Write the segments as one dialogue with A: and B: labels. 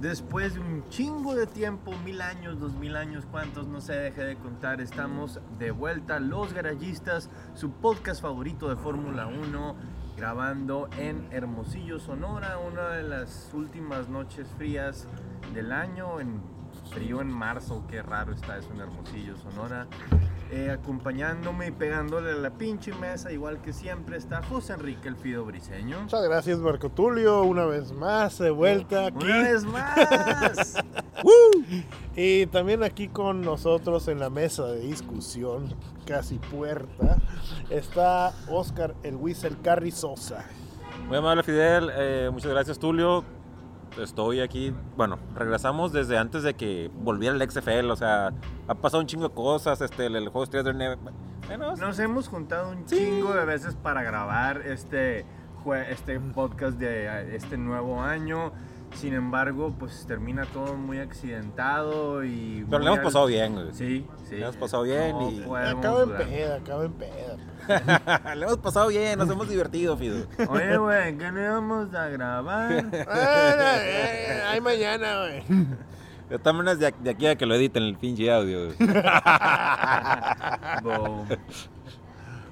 A: Después de un chingo de tiempo, mil años, dos mil años, cuántos, no se deje de contar, estamos de vuelta, Los Garallistas, su podcast favorito de Fórmula 1, grabando en Hermosillo, Sonora, una de las últimas noches frías del año, en frío en marzo, qué raro está eso en Hermosillo, Sonora. Eh, acompañándome y pegándole a la pinche mesa, igual que siempre, está José Enrique El Fido Briseño.
B: Muchas gracias, Marco Tulio, una vez más, de vuelta aquí.
A: Una vez más.
B: ¡Woo! Y también aquí con nosotros en la mesa de discusión, casi puerta, está Oscar el Whistle Carri Sosa.
C: Muy amable Fidel, eh, muchas gracias Tulio. Estoy aquí, bueno, regresamos desde antes de que volviera el XFL, o sea, ha pasado un chingo de cosas, este, el, el juego de Estrellas del Neve- bueno,
A: Nos hemos juntado un chingo de veces para grabar este, jue- este podcast de eh, este nuevo año. Sin embargo, pues termina todo muy accidentado y...
C: pero
A: muy
C: le hemos
A: al-
C: pasado bien, güey.
A: Sí, sí.
C: Le hemos pasado bien
A: No
C: y-
A: podemos
B: Acaba en
A: durar.
B: peda, acaba en peda.
C: le hemos pasado bien, nos hemos divertido, Fido.
A: Oye, güey, que no íbamos a grabar.
B: Ah, Ay, eh, mañana, güey.
C: Yo también es de, de aquí a que lo editen el pinche audio, güey.
A: Boom.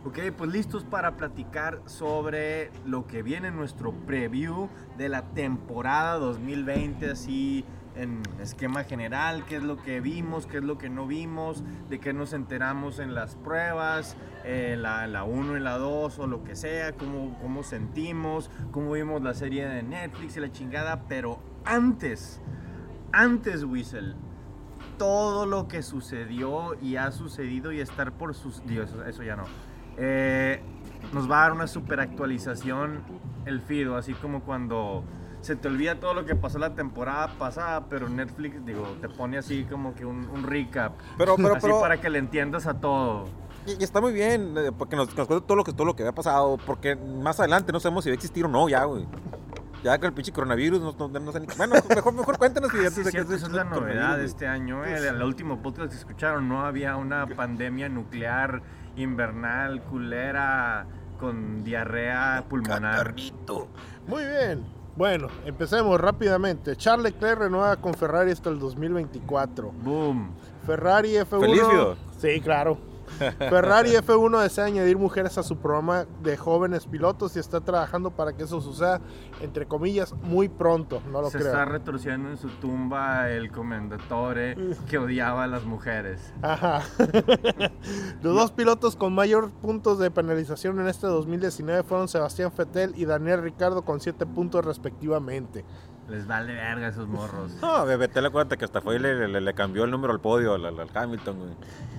A: Ok, pues listos para platicar sobre lo que viene en nuestro preview de la temporada 2020, así en esquema general, qué es lo que vimos, qué es lo que no vimos, de qué nos enteramos en las pruebas, eh, la, la 1 y la 2 o lo que sea, cómo, cómo sentimos, cómo vimos la serie de Netflix y la chingada, pero antes, antes, Whistle, todo lo que sucedió y ha sucedido y estar por sus... Digo, eso, eso ya no. Eh, nos va a dar una super actualización el Fido, así como cuando se te olvida todo lo que pasó la temporada pasada, pero Netflix, digo, te pone así como que un, un recap.
C: Pero, pero,
A: así
C: pero,
A: para que le entiendas a todo.
C: y- y está muy bien, eh, porque nos, que nos cuente todo lo, que, todo lo que había pasado, porque más adelante no sabemos si va a existir o no ya, güey. Ya que el pinche coronavirus, no, no, no sé ni... Bueno, mejor, mejor cuéntanos, Fidel,
A: Ah, Sí,
C: antes de pues que
A: cierto, esa es la
C: coronavirus,
A: novedad de
C: güey.
A: este año. eh. El, el último podcast que escucharon no había una pandemia nuclear, invernal, culera, con diarrea pulmonar.
C: Carnito.
B: Muy bien. Bueno, empecemos rápidamente. Charles Leclerc renueva con Ferrari hasta el 2024.
A: Boom.
B: Ferrari F1.
C: Feliz, Fido.
B: Sí, claro. Ferrari F1 desea añadir mujeres a su programa de jóvenes pilotos y está trabajando para que eso suceda, entre comillas, muy pronto. No lo
A: se
B: creo.
A: está retorciendo en su tumba el comendatore que odiaba a las mujeres.
B: Ajá. Los dos pilotos con mayor puntos de penalización en este 2019 fueron Sebastián Fettel y Daniel Ricardo con 7 puntos respectivamente.
A: Les vale verga esos morros.
C: No, bebé, te acuérdate que hasta fue y le, le- le cambió el número al podio, al, al- al Hamilton, güey.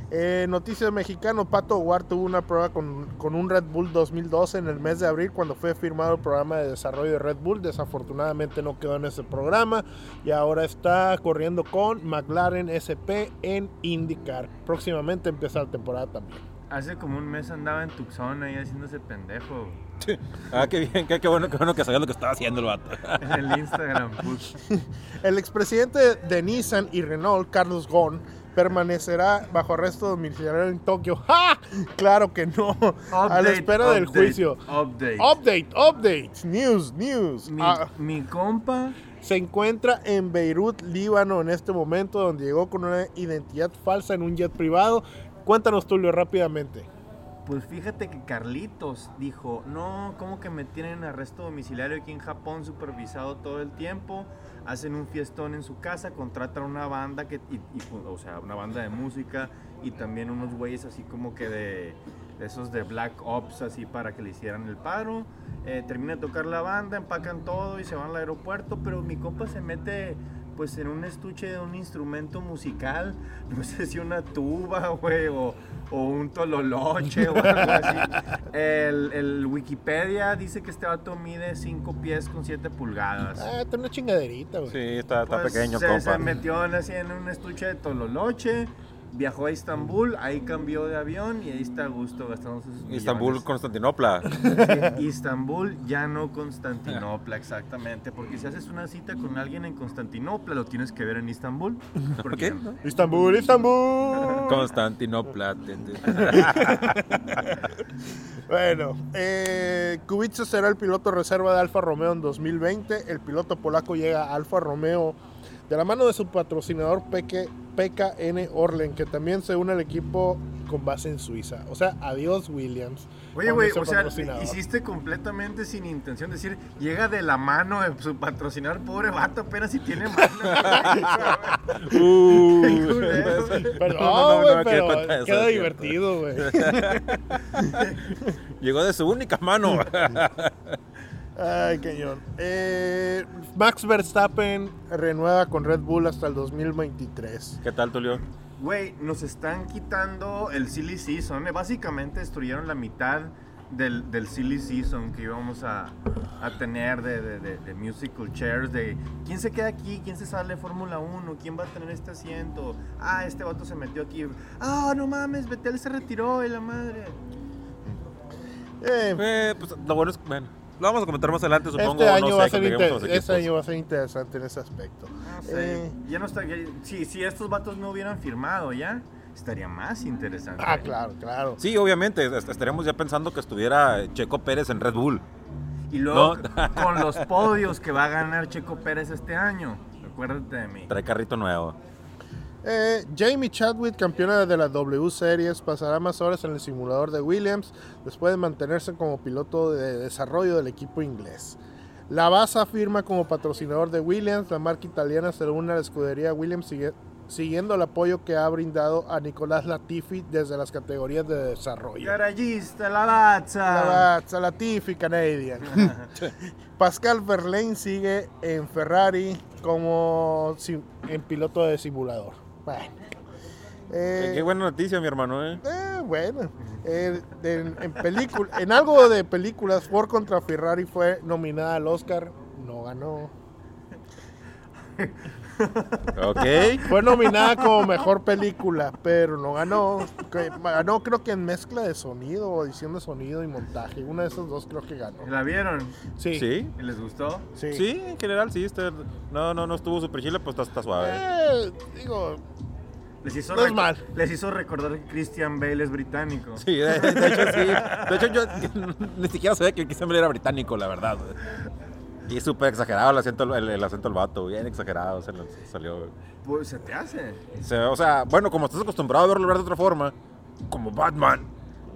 B: Eh, noticias mexicano, Pato Aguar tuvo una prueba con, con un Red Bull 2012 en el mes de abril cuando fue firmado el programa de desarrollo de Red Bull. Desafortunadamente no quedó en ese programa y ahora está corriendo con McLaren SP en IndyCar. Próximamente empieza la temporada también.
A: Hace como un mes andaba en Tucson ahí haciéndose pendejo
C: Ah, qué bien, qué, qué bueno, qué bueno que sabías lo que estaba haciendo el vato.
A: en el Instagram. Pues, puto.
B: El expresidente de Nissan y Renault, Carlos Ghosn, permanecerá bajo arresto domiciliario en Tokio. ¡Ja! Claro que no. a la
A: Update,
B: espera del
A: update,
B: juicio.
A: Update.
B: Update, update, news, news.
A: mi,
B: Ah,
A: mi compa
B: se encuentra en Beirut, Líbano, en este momento, donde llegó con una identidad falsa en un jet privado. Cuéntanos, Tulio, rápidamente.
A: Pues fíjate que Carlitos dijo, no, ¿cómo que me tienen en arresto domiciliario aquí en Japón supervisado todo el tiempo? Hacen un fiestón en su casa, contratan una banda, que, y- y, pues, o sea, una banda de música y también unos güeyes así como que de, de esos de Black Ops, así para que le hicieran el paro. Eh, termina de tocar la banda, empacan todo y se van al aeropuerto, pero mi compa se mete pues en un estuche de un instrumento musical, no sé si una tuba, güey, o, o un tololoche o algo así. El, el Wikipedia dice que este vato mide 5 pies con 7 pulgadas.
B: Ah, está una chingaderita, güey.
C: Sí, está, está
A: Pues,
C: pequeño,
A: se,
C: compa.
A: se metió en- así en un estuche de tololoche, viajó a Istambul, ahí cambió de avión y ahí está a gusto gastándose sus
C: Istambul,
A: millones.
C: Constantinopla.
A: Sí, Istambul, ya no Constantinopla, exactamente. Porque si haces una cita con alguien en Constantinopla, lo tienes que ver en Istambul.
C: ¿Por qué?
B: Istambul, Istambul.
C: Constantinopla. te- te-
B: Bueno, eh, Kubica será el piloto reserva de Alfa Romeo en 2020. El piloto polaco llega a Alfa Romeo de la mano de su patrocinador PK, PKN Orlen, que también se une al equipo con base en Suiza. O sea, adiós Williams.
A: Oye,
B: con
A: güey,
B: ese
A: o sea,
B: patrocinador.
A: hiciste completamente sin intención de decir, llega de la mano de su patrocinador, pobre vato, apenas si tiene mano.
C: Uh,
A: culero.
B: Perdón,
C: No, no, no,
B: güey,
C: no me quedé
B: pero
C: cuenta de
B: queda
C: eso, es cierto.
B: divertido, güey.
C: Llegó de su única mano.
B: Ay, cañón. Eh, Max Verstappen renueva con Red Bull hasta el 2023.
C: ¿Qué tal, Tulio?
A: Güey, nos están quitando el silly season. eh. Básicamente destruyeron la mitad del, del silly season que íbamos a, a tener de, de- de- de musical chairs, de quién se queda aquí, quién se sale de Fórmula 1, quién va a tener este asiento. Ah, este vato se metió aquí. Ah, no mames, Betel se retiró y la madre.
B: Eh,
C: Eh, pues lo bueno es bueno, lo vamos a comentar más adelante, supongo.
B: este año,
C: no
B: va a
C: sé,
B: ser
C: cuando lleguemos a los
B: inter- este
C: equipos.
B: año va a ser interesante en ese aspecto.
A: No sé,
B: Eh.
A: Ah, ya no estaría... Si, si estos vatos no hubieran firmado ya, estaría más interesante.
B: Ah, claro, claro.
C: Sí, obviamente, est- estaremos ya pensando que estuviera Checo Pérez en Red Bull.
A: Y luego
C: No.
A: c- con los podios que va a ganar Checo Pérez este año. Acuérdate de mí.
C: Trae carrito nuevo.
B: Eh, Jamie Chadwick, campeona de la W Series, pasará más horas en el simulador de Williams después de mantenerse como piloto de desarrollo del equipo inglés. La Basa firma como patrocinador de Williams, la marca italiana se une a la escudería Williams sigue- siguiendo el apoyo que ha brindado a Nicolás Latifi desde las categorías de desarrollo.
A: Garallista, la
C: Ah.
B: La
A: baza.
B: Baza, Latifi, Canadian. Pascal Verlaine sigue en Ferrari como si- en piloto de simulador. Bueno.
C: Eh,
B: Eh,
C: qué buena noticia, mi hermano, ¿eh?
B: eh, bueno, Eh, en, en película, en algo de películas, Ford contra Ferrari fue nominada al Oscar, no ganó.
C: Ok.
B: Fue nominada como mejor película, pero no ganó. Que- Ganó creo que en mezcla de sonido, o edición de sonido y montaje. Una de esas dos creo que ganó.
A: ¿La vieron?
B: Sí, sí.
C: Sí.
A: ¿Y les gustó?
C: Sí, en general, sí. está- No, no, no estuvo super chile, pues está, está suave.
B: Eh, digo,
A: Les hizo,
B: No es
A: reco-
B: mal.
A: les hizo recordar que Christian Bale es británico.
C: Sí, de, de hecho, sí. De hecho, yo ni siquiera sabía que Christian Bale era británico, la verdad. Y súper exagerado el acento, el, el acento del vato, bien exagerado, se le se salió. güey.
A: Pues se te hace.
C: Se- o sea, bueno, como estás acostumbrado a verlo hablar de otra forma, como Batman.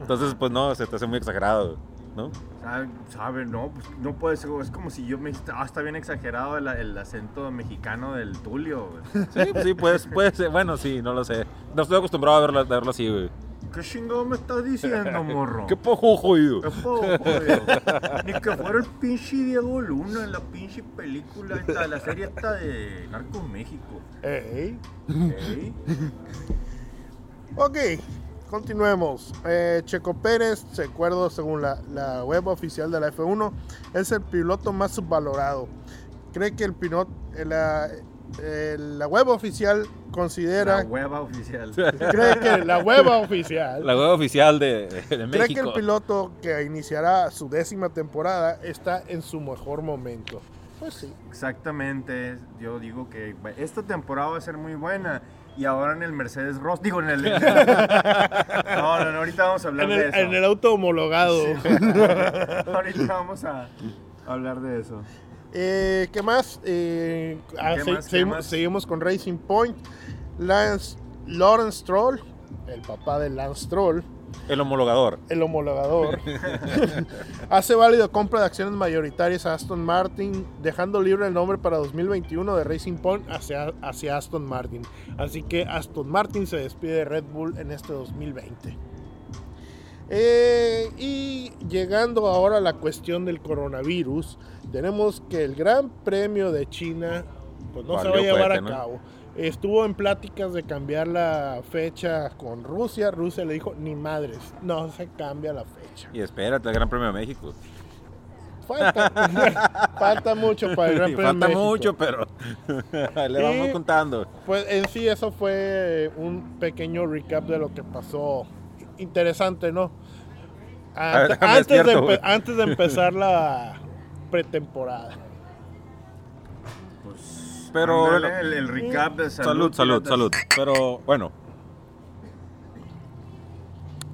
C: Entonces, pues no, se te hace muy exagerado, ¿no?
A: Sabe, sabe, no, pues no puede ser. Es como si yo me. Ah, está bien exagerado el, el acento mexicano del Tulio. güey.
C: Sí, pues sí, pues, pues eh, bueno, sí, no lo sé. No estoy acostumbrado a verlo, a verlo así, güey.
A: ¿Qué chingado me estás diciendo, morro?
C: ¿Qué poco jodido?
A: Qué poco, güey. Ni que fuera el pinche Diego Luna en la pinche película, esta, la serie esta de Narcos México.
B: ey.
A: ¿ok?
B: Ok, continuemos. Eh, Checo Pérez, de acuerdo según la, la web oficial de la F1, es el piloto más subvalorado. Cree que el piloto, la, eh, la web oficial
A: La
B: considera,
A: hueva oficial.
B: cree que la web oficial,
C: La web oficial de, de
B: cree que el
C: México.
B: piloto que iniciará su décima temporada está en su mejor momento. Pues sí.
A: Exactamente. Yo digo que va- esta temporada va a ser muy buena. Y ahora en el Mercedes Ross, digo en el. No, no, no, ahorita vamos a hablar
B: En
A: de
B: el,
A: eso.
B: en el auto homologado.
A: Ahorita vamos a hablar de eso.
B: Eh, ¿Qué más? Eh, ah,
A: ¿Qué
B: se-
A: más, qué
B: seguimos,
A: más?
B: seguimos con Racing Point. Lance, Lawrence Troll, el papá de Lance Troll,
C: El homologador.
B: el homologador, hace válido compra de acciones mayoritarias a Aston Martin, dejando libre el nombre para 2021 de Racing Point hacia, hacia Aston Martin. Así que Aston Martin se despide de Red Bull en este 2020. Eh, y llegando ahora a la cuestión del coronavirus, tenemos que el Gran Premio de China pues no se va a
C: Valió
B: llevar
C: cohete, ¿no?
B: a cabo. Estuvo en pláticas de cambiar la fecha con Rusia. Rusia le dijo, ni madres, no se cambia la fecha.
C: Y espérate, el Gran Premio de México.
B: Falta, falta mucho para el Gran
C: Y
B: Premio de
C: falta
B: México.
C: mucho, pero le vamos
B: Y-
C: contando.
B: Pues en sí eso fue eh, un pequeño recap de lo que pasó. Interesante, ¿no? Ante-
C: déjame
B: antes, de
C: despierto,
B: empe-
C: güey.
B: antes de empezar la pretemporada.
A: Pues,
C: Pero,
A: ándale,
C: bueno.
A: el, el recap de salud.
C: Salud, salud,
A: piratas.
C: salud. Pero bueno.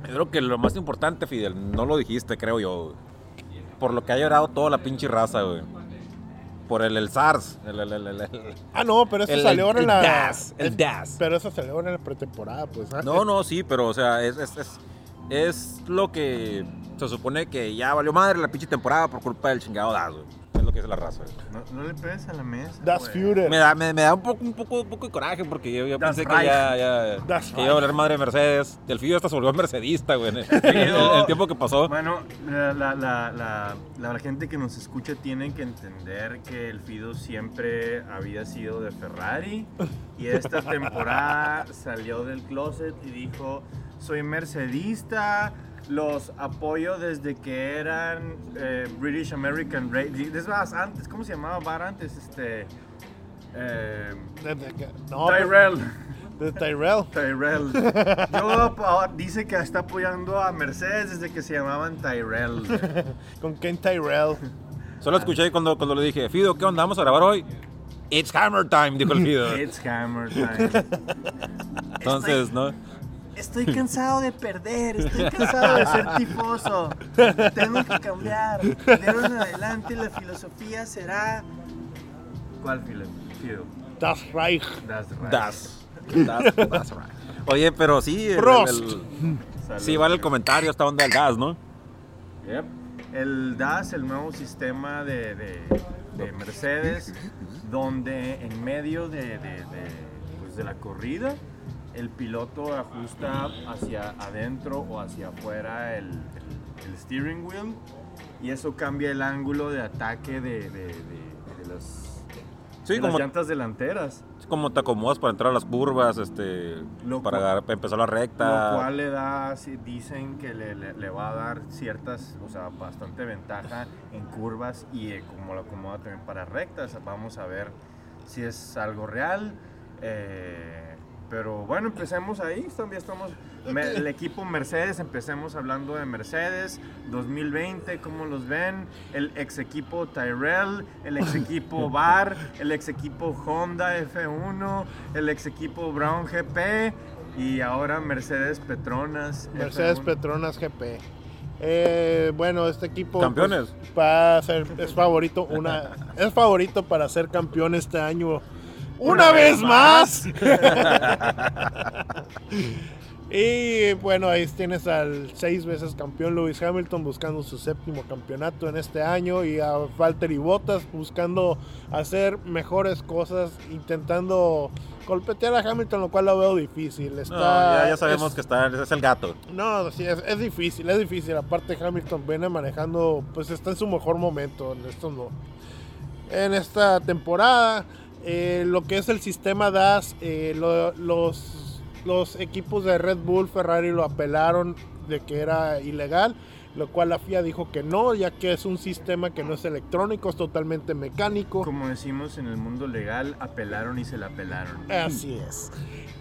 C: Yo creo que lo más importante, Fidel, no lo dijiste, creo yo. güey. Por lo que ha llorado toda la pinche raza, güey. por el, el SARS. El, el, el, el- el-
B: Ah, no, pero eso
C: el-
B: salió
C: el-
B: ahora en la.
C: el DAS, el
B: es-
C: DAS.
B: Pero eso salió en la pretemporada, pues. ¿ah?
C: No, no, sí, pero o sea, es, es, es, es lo que se supone que ya valió madre la pinche temporada por culpa del chingado DAS, güey. Es lo que dice la raza, güey.
A: No, no le pegues a la mesa.
B: Das
A: güey.
B: Führer.
C: Me da, me, me da un poco, un poco, un poco de coraje porque yo, yo
A: Das
C: pensé que
A: Reich.
C: ya, ya
B: Das
C: que iba a hablar madre de Mercedes. El Fío hasta se volvió mercedista, güey. en el- en el, el tiempo que pasó.
A: Bueno, la, la- la- la- la gente que nos escucha tiene que entender que el Fido siempre había sido de Ferrari y esta temporada salió del closet y dijo, soy mercedista, los apoyo desde que eran eh, British American Racing. Es más, antes, ¿cómo se llamaba Bar antes? Este... eh,
B: Desde que- no, pues,
A: Tyrell.
B: De Tyrell.
A: Tyrell. Yo apo- dice que está apoyando a Mercedes desde que se llamaban Tyrell. güey.
B: Con Ken Tyrell.
C: Solo escuché cuando, cuando le dije, Fido, ¿qué onda? Vamos a grabar hoy. It's hammer time, dijo el Fido.
A: It's hammer time.
C: Entonces, ¿no?
A: Estoy cansado de perder, estoy cansado de ser tifoso. Tengo que cambiar. De ahora en adelante la filosofía será. ¿Cuál filosofía?
B: Das Reich.
A: Das right.
C: Das. Das, das, right. Oye, pero sí. el- el-
B: Prost.
C: el-
A: Salud.
C: sí, vale el comentario, esta onda del gas, ¿no?
A: Yep. El DAS, el nuevo sistema de, de- de Mercedes, donde en medio de, de- de, pues, de la corrida, el piloto ajusta hacia adentro o hacia afuera el, el- el steering wheel y eso cambia el ángulo de ataque de, de- de- de las,
C: Sí,
A: de las
C: como,
A: llantas delanteras,
C: como te acomodas para entrar a las curvas, este,
A: Lo
C: para
A: cual-
C: agarrar- para empezar la recta.
A: lo cual le da, sí, dicen que le, le- le va a dar ciertas, o sea, bastante ventaja en curvas y eh, como lo acomoda también para rectas. Vamos a ver si es algo real. eh, pero bueno, empecemos ahí. También estamos. me- el equipo Mercedes, empecemos hablando de Mercedes 2020, ¿cómo los ven? El ex equipo Tyrell, el ex equipo Bar, el ex equipo Honda F1, el ex equipo Brown GP y ahora Mercedes Petronas.
B: Mercedes
A: F1.
B: Petronas GP. Eh, bueno, este equipo.
C: Campeones.
B: pues, va a ser, es favorito una es favorito para ser campeón este año. Una, vez, más. y bueno, ahí tienes al seis veces campeón Lewis Hamilton buscando su séptimo campeonato en este año y a Valtteri Bottas buscando hacer mejores cosas, intentando golpetear a Hamilton, lo cual lo veo difícil. Está,
C: No, ya, ya
B: es-
C: sabemos que está, es el gato.
B: no, sí, es, es difícil, es difícil. Aparte Hamilton viene manejando, pues está en su mejor momento en esto no. En esta temporada, eh, lo que es el sistema DAS, eh, lo- los, los equipos de Red Bull, Ferrari lo apelaron de que era ilegal, lo cual la FIA dijo que no, ya que es un sistema que no es electrónico, es totalmente mecánico.
A: Como decimos en el mundo legal, apelaron y se la apelaron.
B: Así es.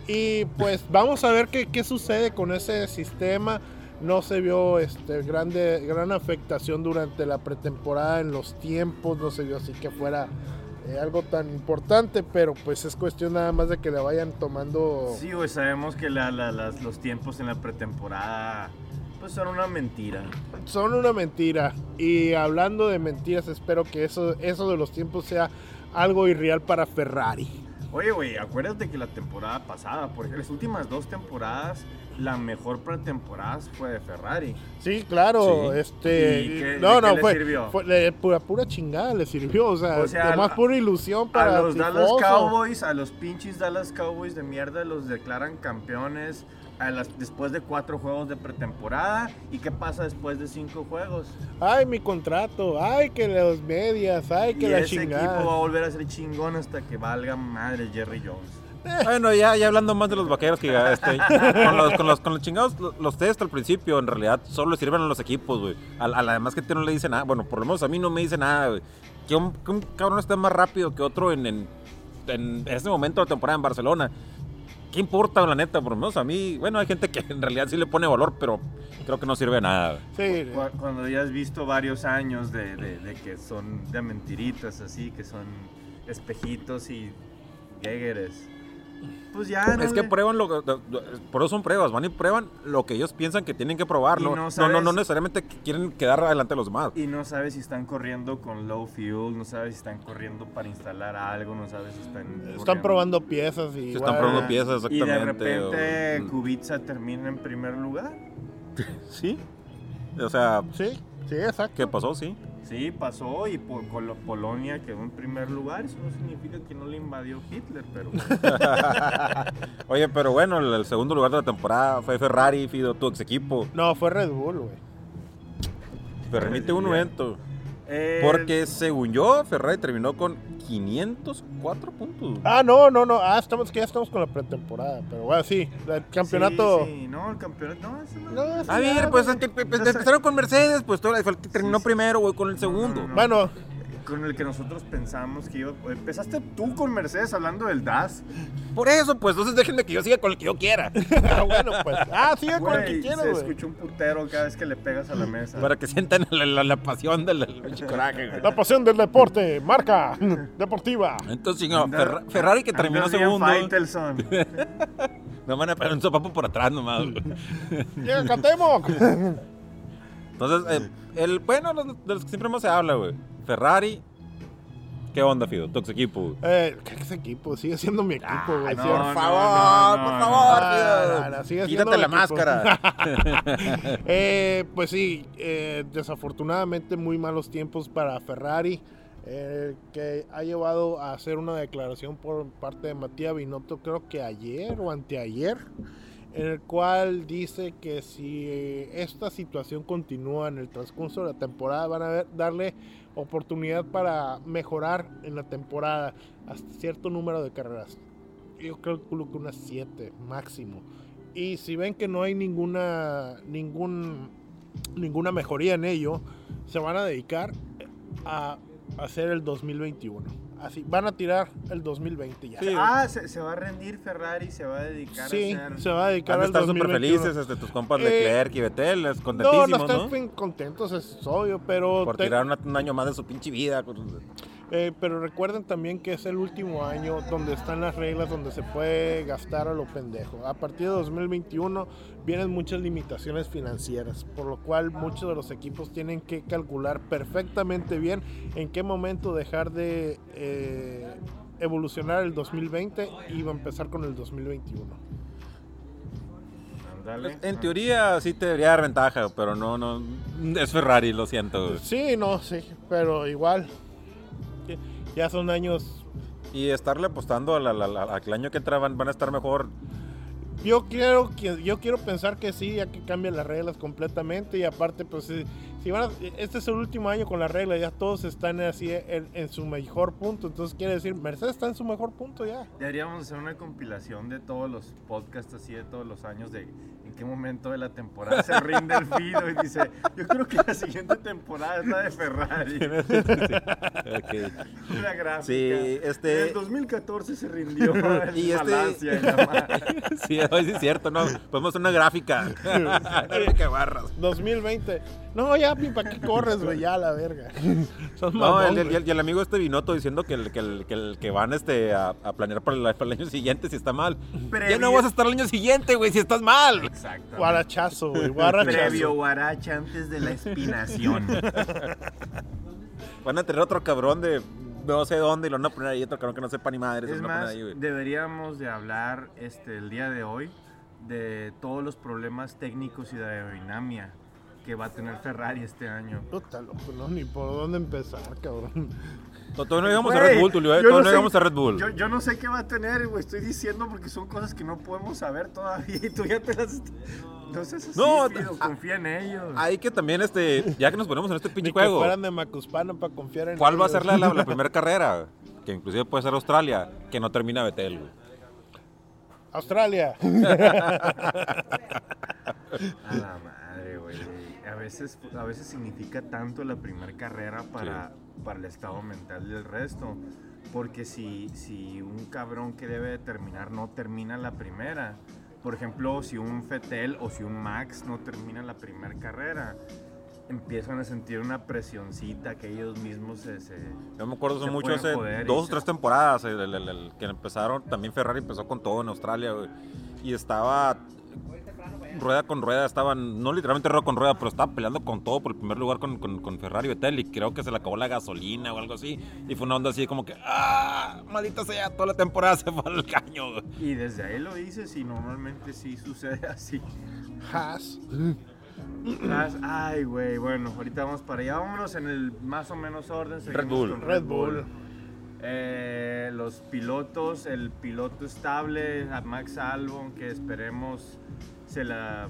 B: Y pues vamos a ver qué, qué sucede con ese sistema. No se vio este, grande, gran afectación durante la pretemporada en los tiempos, no se vio así que fuera eh, algo tan importante, pero pues es cuestión nada más de que le vayan tomando...
A: Sí, güey, sabemos que la- la- las- los tiempos en la pretemporada pues son una mentira.
B: Son una mentira. Y hablando de mentiras, espero que eso, eso de los tiempos sea algo irreal para Ferrari.
A: Oye, güey, acuérdate que la temporada pasada, por ejemplo, las últimas dos temporadas, la mejor pretemporada fue de Ferrari.
B: Sí, claro,
C: Sí.
B: este,
A: ¿Y qué-
B: no,
A: de qué
B: no
A: le
B: fue,
A: sirvió?
B: fue de pura, pura chingada le sirvió, o sea,
A: O sea,
B: nomás
A: a-
B: pura ilusión
A: A
B: para
A: los Dallas
B: tifoso.
A: Cowboys, a los pinches Dallas Cowboys de mierda, los declaran campeones a las, después de cuatro juegos de pretemporada. ¿Y qué pasa después de cinco juegos?
B: Ay, mi contrato, ay que las medias, ay que
A: y
B: la
A: ese equipo va a
B: chingada.
A: volver a ser chingón hasta que valga madre Jerry Jones.
C: Bueno, ya, ya hablando más de los vaqueros que este, con, los, con, los, con los chingados, lo- los test al principio en realidad solo sirven a los equipos, güey. Al- al- Además que a ti no le dice nada, bueno, por lo menos a mí no me dice nada, güey. Que un, que un cabrón esté más rápido que otro en, en, en este momento de la temporada en Barcelona. ¿Qué importa, la neta? Por lo menos a mí, bueno, hay gente que en realidad sí le pone valor, pero creo que no sirve de nada. güey.
B: Sí,
A: Cu- Cuando ya has visto varios años de, de- de que son de mentiritas así, que son espejitos y géggeres. pues ya. no
C: es que
A: le-
C: prueban lo que. Por eso son pruebas, van y prueban lo que ellos piensan que tienen que probar.
A: Y
C: No,
A: no
C: no, no,
A: sabes-
C: no necesariamente quieren quedar adelante a los demás.
A: Y no sabes si están corriendo con low fuel, no sabes si están corriendo para instalar algo, no sabes si están.
B: Están
A: corriendo. Ah,
B: probando piezas y.
C: Se están
B: igual-
C: probando piezas,
A: Y de
C: exactamente. o- mm.
A: repente Kubica termina en primer lugar.
B: Sí,
C: mm, o sea,
B: sí, sí, exacto.
C: ¿qué pasó? Sí.
A: Sí, pasó y po- Colo- Polonia quedó en primer lugar. Eso no significa que no le invadió Hitler, pero.
C: Oye, pero bueno, el, el segundo lugar de la temporada fue Ferrari, Fido, tu ex equipo.
B: No, fue Red Bull, güey.
C: Permite un momento.
A: Eh,
C: Porque según yo, Ferrari terminó con 504 puntos.
B: Ah, no, no, no. Ah, estamos, que ya estamos con la pretemporada. Pero bueno, sí. El campeonato.
A: Sí, sí, no, el campeonato. No, eso no.
B: No, sí,
C: A ver,
B: ya,
C: pues
B: güey.
C: es que, pues, empezaron con Mercedes, pues todo, fue el que terminó
A: sí.
C: primero, güey, con el segundo.
A: no, no.
B: Bueno,
A: Con el que nosotros pensamos que iba. Empezaste tú con Mercedes hablando del DAS.
C: Por eso, pues entonces déjenme que yo siga con el que yo quiera.
B: ah, bueno, pues. Ah, sigue con el que
A: Güey,
B: quieras,
A: se
B: güey.
A: escucha un putero cada vez que le pegas a la mesa.
C: Para que sientan la, la- la pasión del del pinche coraje, güey.
B: La pasión del deporte, marca deportiva.
C: Entonces, sí, no,
A: Anda-
C: Ferra- Ferrari que
A: andas
C: terminó
A: bien
C: segundo.
A: Faitelson.
C: No van a pegar un sopapo por atrás nomás, güey.
B: Llega Catemoc.
C: Entonces, eh, el, bueno, los- de los que siempre más se habla, güey. Ferrari. ¿Qué onda, Fido? Tox equipo, güey.
B: Eh, ¿qué es ese equipo? Sigue siendo mi equipo, güey.
A: no,
B: sí,
C: Por favor, por
A: no,
C: favor,
B: no. Ah,
C: Fido.
B: No, no, no, sigue siendo
C: Quítate la
B: equipo.
C: máscara.
B: Eh, pues sí, eh, desafortunadamente muy malos tiempos para Ferrari, eh, que ha llevado a hacer una declaración por parte de Matías Binotto, creo que ayer o anteayer, en el cual dice que si eh, esta situación continúa en el transcurso de la temporada, van a ver- darle oportunidad para mejorar en la temporada hasta cierto número de carreras. Yo calculo que unas 7 máximo. Y si ven que no hay ninguna, ningún, ninguna mejoría en ello, se van a dedicar a hacer el 2021. Así, van a tirar el 2020 ya.
C: Sí,
A: Ah, se, se va a rendir Ferrari, se va a dedicar
B: Sí,
A: a hacer.
B: se va a dedicar
C: Han de
B: al
C: estar súper
B: 2021.
C: felices este, tus compas
B: Eh,
C: Leclerc y Betel, es
B: No,
C: contentísimos,
B: no
C: ¿no?
B: están bien contentos, es obvio, pero,
C: Por
B: te-
C: tirar una- un año más de su pinche vida.
B: eh, pero recuerden también que es el último año donde están las reglas, donde se puede gastar a lo pendejo. A partir de 2021 vienen muchas limitaciones financieras, por lo cual muchos de los equipos tienen que calcular perfectamente bien en qué momento dejar de eh, evolucionar el 2020 y va a empezar con el 2021.
A: Ándale.
C: En teoría sí te debería dar ventaja, pero no, no. Es Ferrari, lo siento. güey.
B: Sí, no, sí, pero igual. eh, Ya son años
C: Y estarle apostando a la- la- la- a que el año que entra van, van a estar mejor.
B: Yo quiero, que- yo quiero pensar que sí, ya que cambian las reglas completamente y aparte, pues si, si van a- este es el último año con las reglas, ya todos están así en, en su mejor punto, entonces quiere decir, Mercedes está en su mejor punto ya.
A: Deberíamos hacer una compilación de todos los podcasts así de todos los años de en qué momento de la temporada se rinde el Fido y dice, yo creo que la siguiente temporada es la de Ferrari.
C: Ok.
A: Una gráfica.
C: Sí, este-
A: En el 2014 se rindió en
C: Y este-
A: Malasia, en la madre.
C: Sí, hoy sí es cierto, ¿no? Podemos hacer una gráfica. Una gráfica de barras.
B: 2020. No, ya, ¿para qué corres, güey? Ya, la verga. Son
C: No,
B: mamón,
C: el, el-
B: güey.
C: el- y el amigo este Vinoto diciendo que el que, el- que el- que van este, a, a planear para el, para el año siguiente si está mal. Ya no
A: Previo-
C: vas a estar el año siguiente, güey, si estás mal.
A: Exacto.
B: Guarachazo, güey, guarachazo.
A: Previo guaracha antes de la espinación.
C: Van a tener otro cabrón de no sé dónde y lo van a poner ahí, otro cabrón que no sepa ni madre.
A: Es más, deberíamos de hablar este, el día de hoy de todos los problemas técnicos y de aerodinámica que va a tener Ferrari este año.
B: Puta, loco, no, ni por dónde empezar, cabrón.
C: No, todavía no llegamos a
A: Güey,
C: Red Bull, Tulio,
A: yo
C: eh. Todavía no,
A: sé-
C: llegamos a Red Bull.
A: Yo, yo no sé qué va a tener, güey. Estoy diciendo porque son cosas que no podemos saber todavía. Y tú ya te las. No seas así,
C: No, ah,
A: Fido,
C: a-
A: confía en ellos.
C: Hay que también, este, ya que nos ponemos en este
B: Ni
C: pinche
B: que
C: juego,
B: fueran de Macuspano para confiar en
C: ¿cuál va a ser
B: ellos.
C: la, la, primera carrera? Que inclusive puede ser Australia, que no termina Betel, güey.
B: Australia.
A: A la madre, güey. A veces, a veces significa tanto la primera carrera para, para el estado mental del resto. Porque si, si un cabrón que debe de terminar no termina la primera, por ejemplo, si un Fetel o si un Max no termina la primera carrera, empiezan a sentir una presioncita que ellos mismos se... se-
C: Yo me acuerdo
A: Se
C: hace mucho,
A: pueden
C: hace
A: joder y
C: dos o
A: se-
C: tres temporadas, el, el- el- el que empezaron, también Ferrari empezó con todo en Australia, güey, y estaba rueda con rueda, estaban, no literalmente rueda con rueda, pero estaba peleando con todo por el primer lugar con, con, con Ferrari Vettel, y creo que se le acabó la gasolina o algo así, y fue una onda así como que, ¡ah! Maldita sea, toda la temporada se fue al caño, güey.
A: Y desde ahí lo dices y normalmente sí sucede así.
B: Haas.
A: Tras- Ay, güey, bueno, ahorita vamos para allá. Vámonos en el más o menos orden. seguimos
C: Red Bull.
A: con
B: Red Bull.
A: Eh, los pilotos, el piloto estable, a Max Albon, que esperemos se la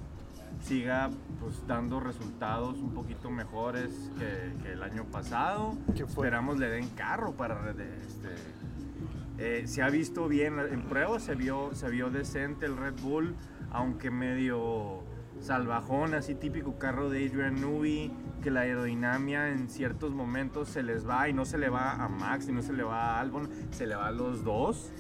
A: siga pues, dando resultados un poquito mejores que, que el año pasado.
B: Que fue-
A: Esperamos le den carro para de- este. eh, se ha visto bien en pruebas, se vio, se vio decente el Red Bull, aunque medio salvajón, así típico carro de Adrian Newey, que la aerodinámica en ciertos momentos se les va y no se le va a Max y no se le va a Albon, se le va a los dos.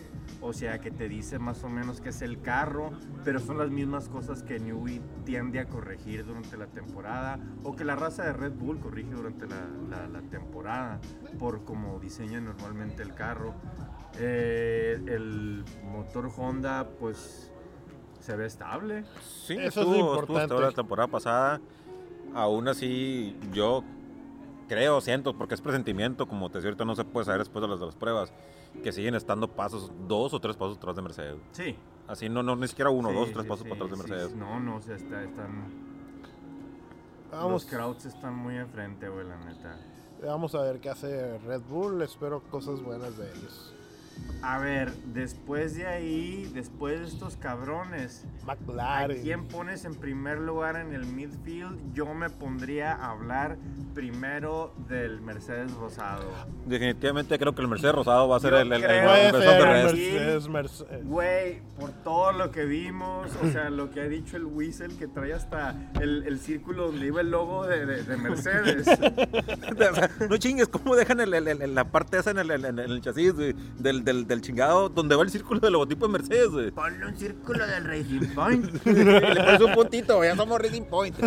A: O sea que te dice más o menos que es el carro, pero son las mismas cosas que Newey tiende a corregir durante la temporada o que la raza de Red Bull corrige durante la, la- la temporada por como diseña normalmente el carro. Eh, el motor Honda pues se ve estable.
C: Sí,
B: Eso es
C: estuvo,
B: lo
C: estuvo
B: importante.
C: toda la temporada pasada. Aún así, yo creo, siento, porque es presentimiento, como te decía ahorita, no se puede saber después de las, de las pruebas, que siguen estando pasos, dos o tres pasos atrás de Mercedes.
A: Sí.
C: Así, no, no ni siquiera uno,
A: Sí,
C: dos, tres
A: sí,
C: pasos
A: sí,
C: para atrás de
A: sí,
C: Mercedes.
A: No, no, o sea, está- están...
B: Vamos,
A: Los crowds están muy enfrente, güey, la neta.
B: vamos a ver qué hace Red Bull. Espero cosas buenas de ellos.
A: A ver, después de ahí, después de estos cabrones, ¿A
B: McLaren.
A: quién pones en primer lugar en el midfield? Yo me pondría a hablar primero del Mercedes Rosado.
C: Definitivamente creo que el Mercedes Rosado va a ser
A: Yo
C: el, el, el,
A: creo
B: Puede
C: el
A: Mercedes
B: ser
A: Mercedes.
B: Mercedes, Mercedes.
A: Güey, por todo lo que vimos, o sea, lo que ha dicho el Whistle que trae hasta el, el círculo donde iba el logo de, de- de Mercedes.
C: O sea, no chingues, ¿cómo dejan el- el- el- la parte esa en el, en el- en el chasis güey, del, del, del chingado donde va el círculo del logotipo de Mercedes? güey?
A: Ponle un círculo del Racing Point.
C: Y le pones un puntito, ya somos Racing Point.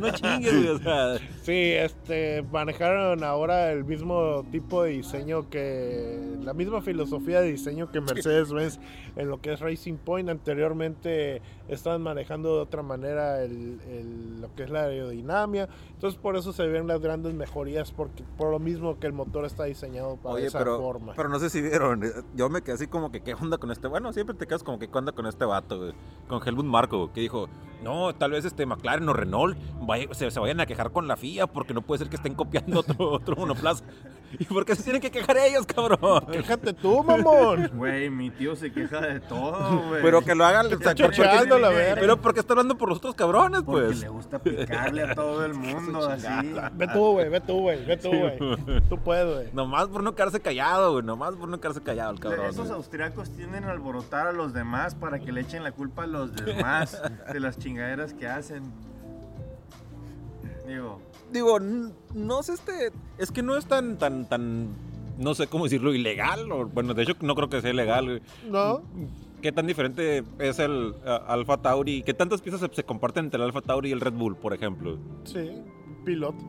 C: No chingues, güey, o sea.
B: Sí, este, manejaron ahora el mismo tipo de diseño que, la misma filosofía de diseño que Mercedes-Benz en lo que es Racing Point. Anteriormente estaban manejando de otra manera el, el- lo que es la aerodinámica. Entonces por eso se ven las grandes mejorías, porque por lo mismo que el motor está diseñado para
C: Oye,
B: esa
C: pero,
B: forma.
C: pero no sé si vieron. eh, Yo me quedé así como que, ¿qué onda con este? Bueno, siempre te quedas como que, ¿qué onda con este vato? güey? Con Helmut Marco, güey, que dijo, no, tal vez este McLaren o Renault vaya- se, se vayan a quejar con la FIA porque no puede ser que estén copiando otro, otro monoplaza. ¿Y por qué se tienen que quejar ellos, cabrón?
B: Fíjate tú, mamón.
A: Güey, mi tío se queja de todo, güey.
C: Pero que lo hagan. o sea, que-
B: Chocheando
C: porque-
B: la verga.
C: pero porque está hablando por los otros cabrones,
A: Porque
C: pues.
A: le gusta picarle a todo el mundo, así.
B: Ve tú, güey, ve tú, güey, ve tú, güey. Tú puedes, güey.
C: Nomás por no quedarse callado, güey. Nomás por no quedarse callado, el cabrón.
A: Esos
C: güey.
A: austriacos tienden a alborotar a los demás para que le echen la culpa a los demás de las chingaderas que hacen. Digo,
C: Digo, n- no sé este. Es que no es tan, tan, tan. No sé cómo decirlo, ilegal. O, bueno, de hecho, no creo que sea ilegal. güey.
B: ¿No?
C: ¿Qué tan diferente es el ah, Alfa Tauri? ¿Qué tantas piezas se, se comparten entre el Alfa Tauri y el Red Bull, por ejemplo?
B: Sí, pilotos.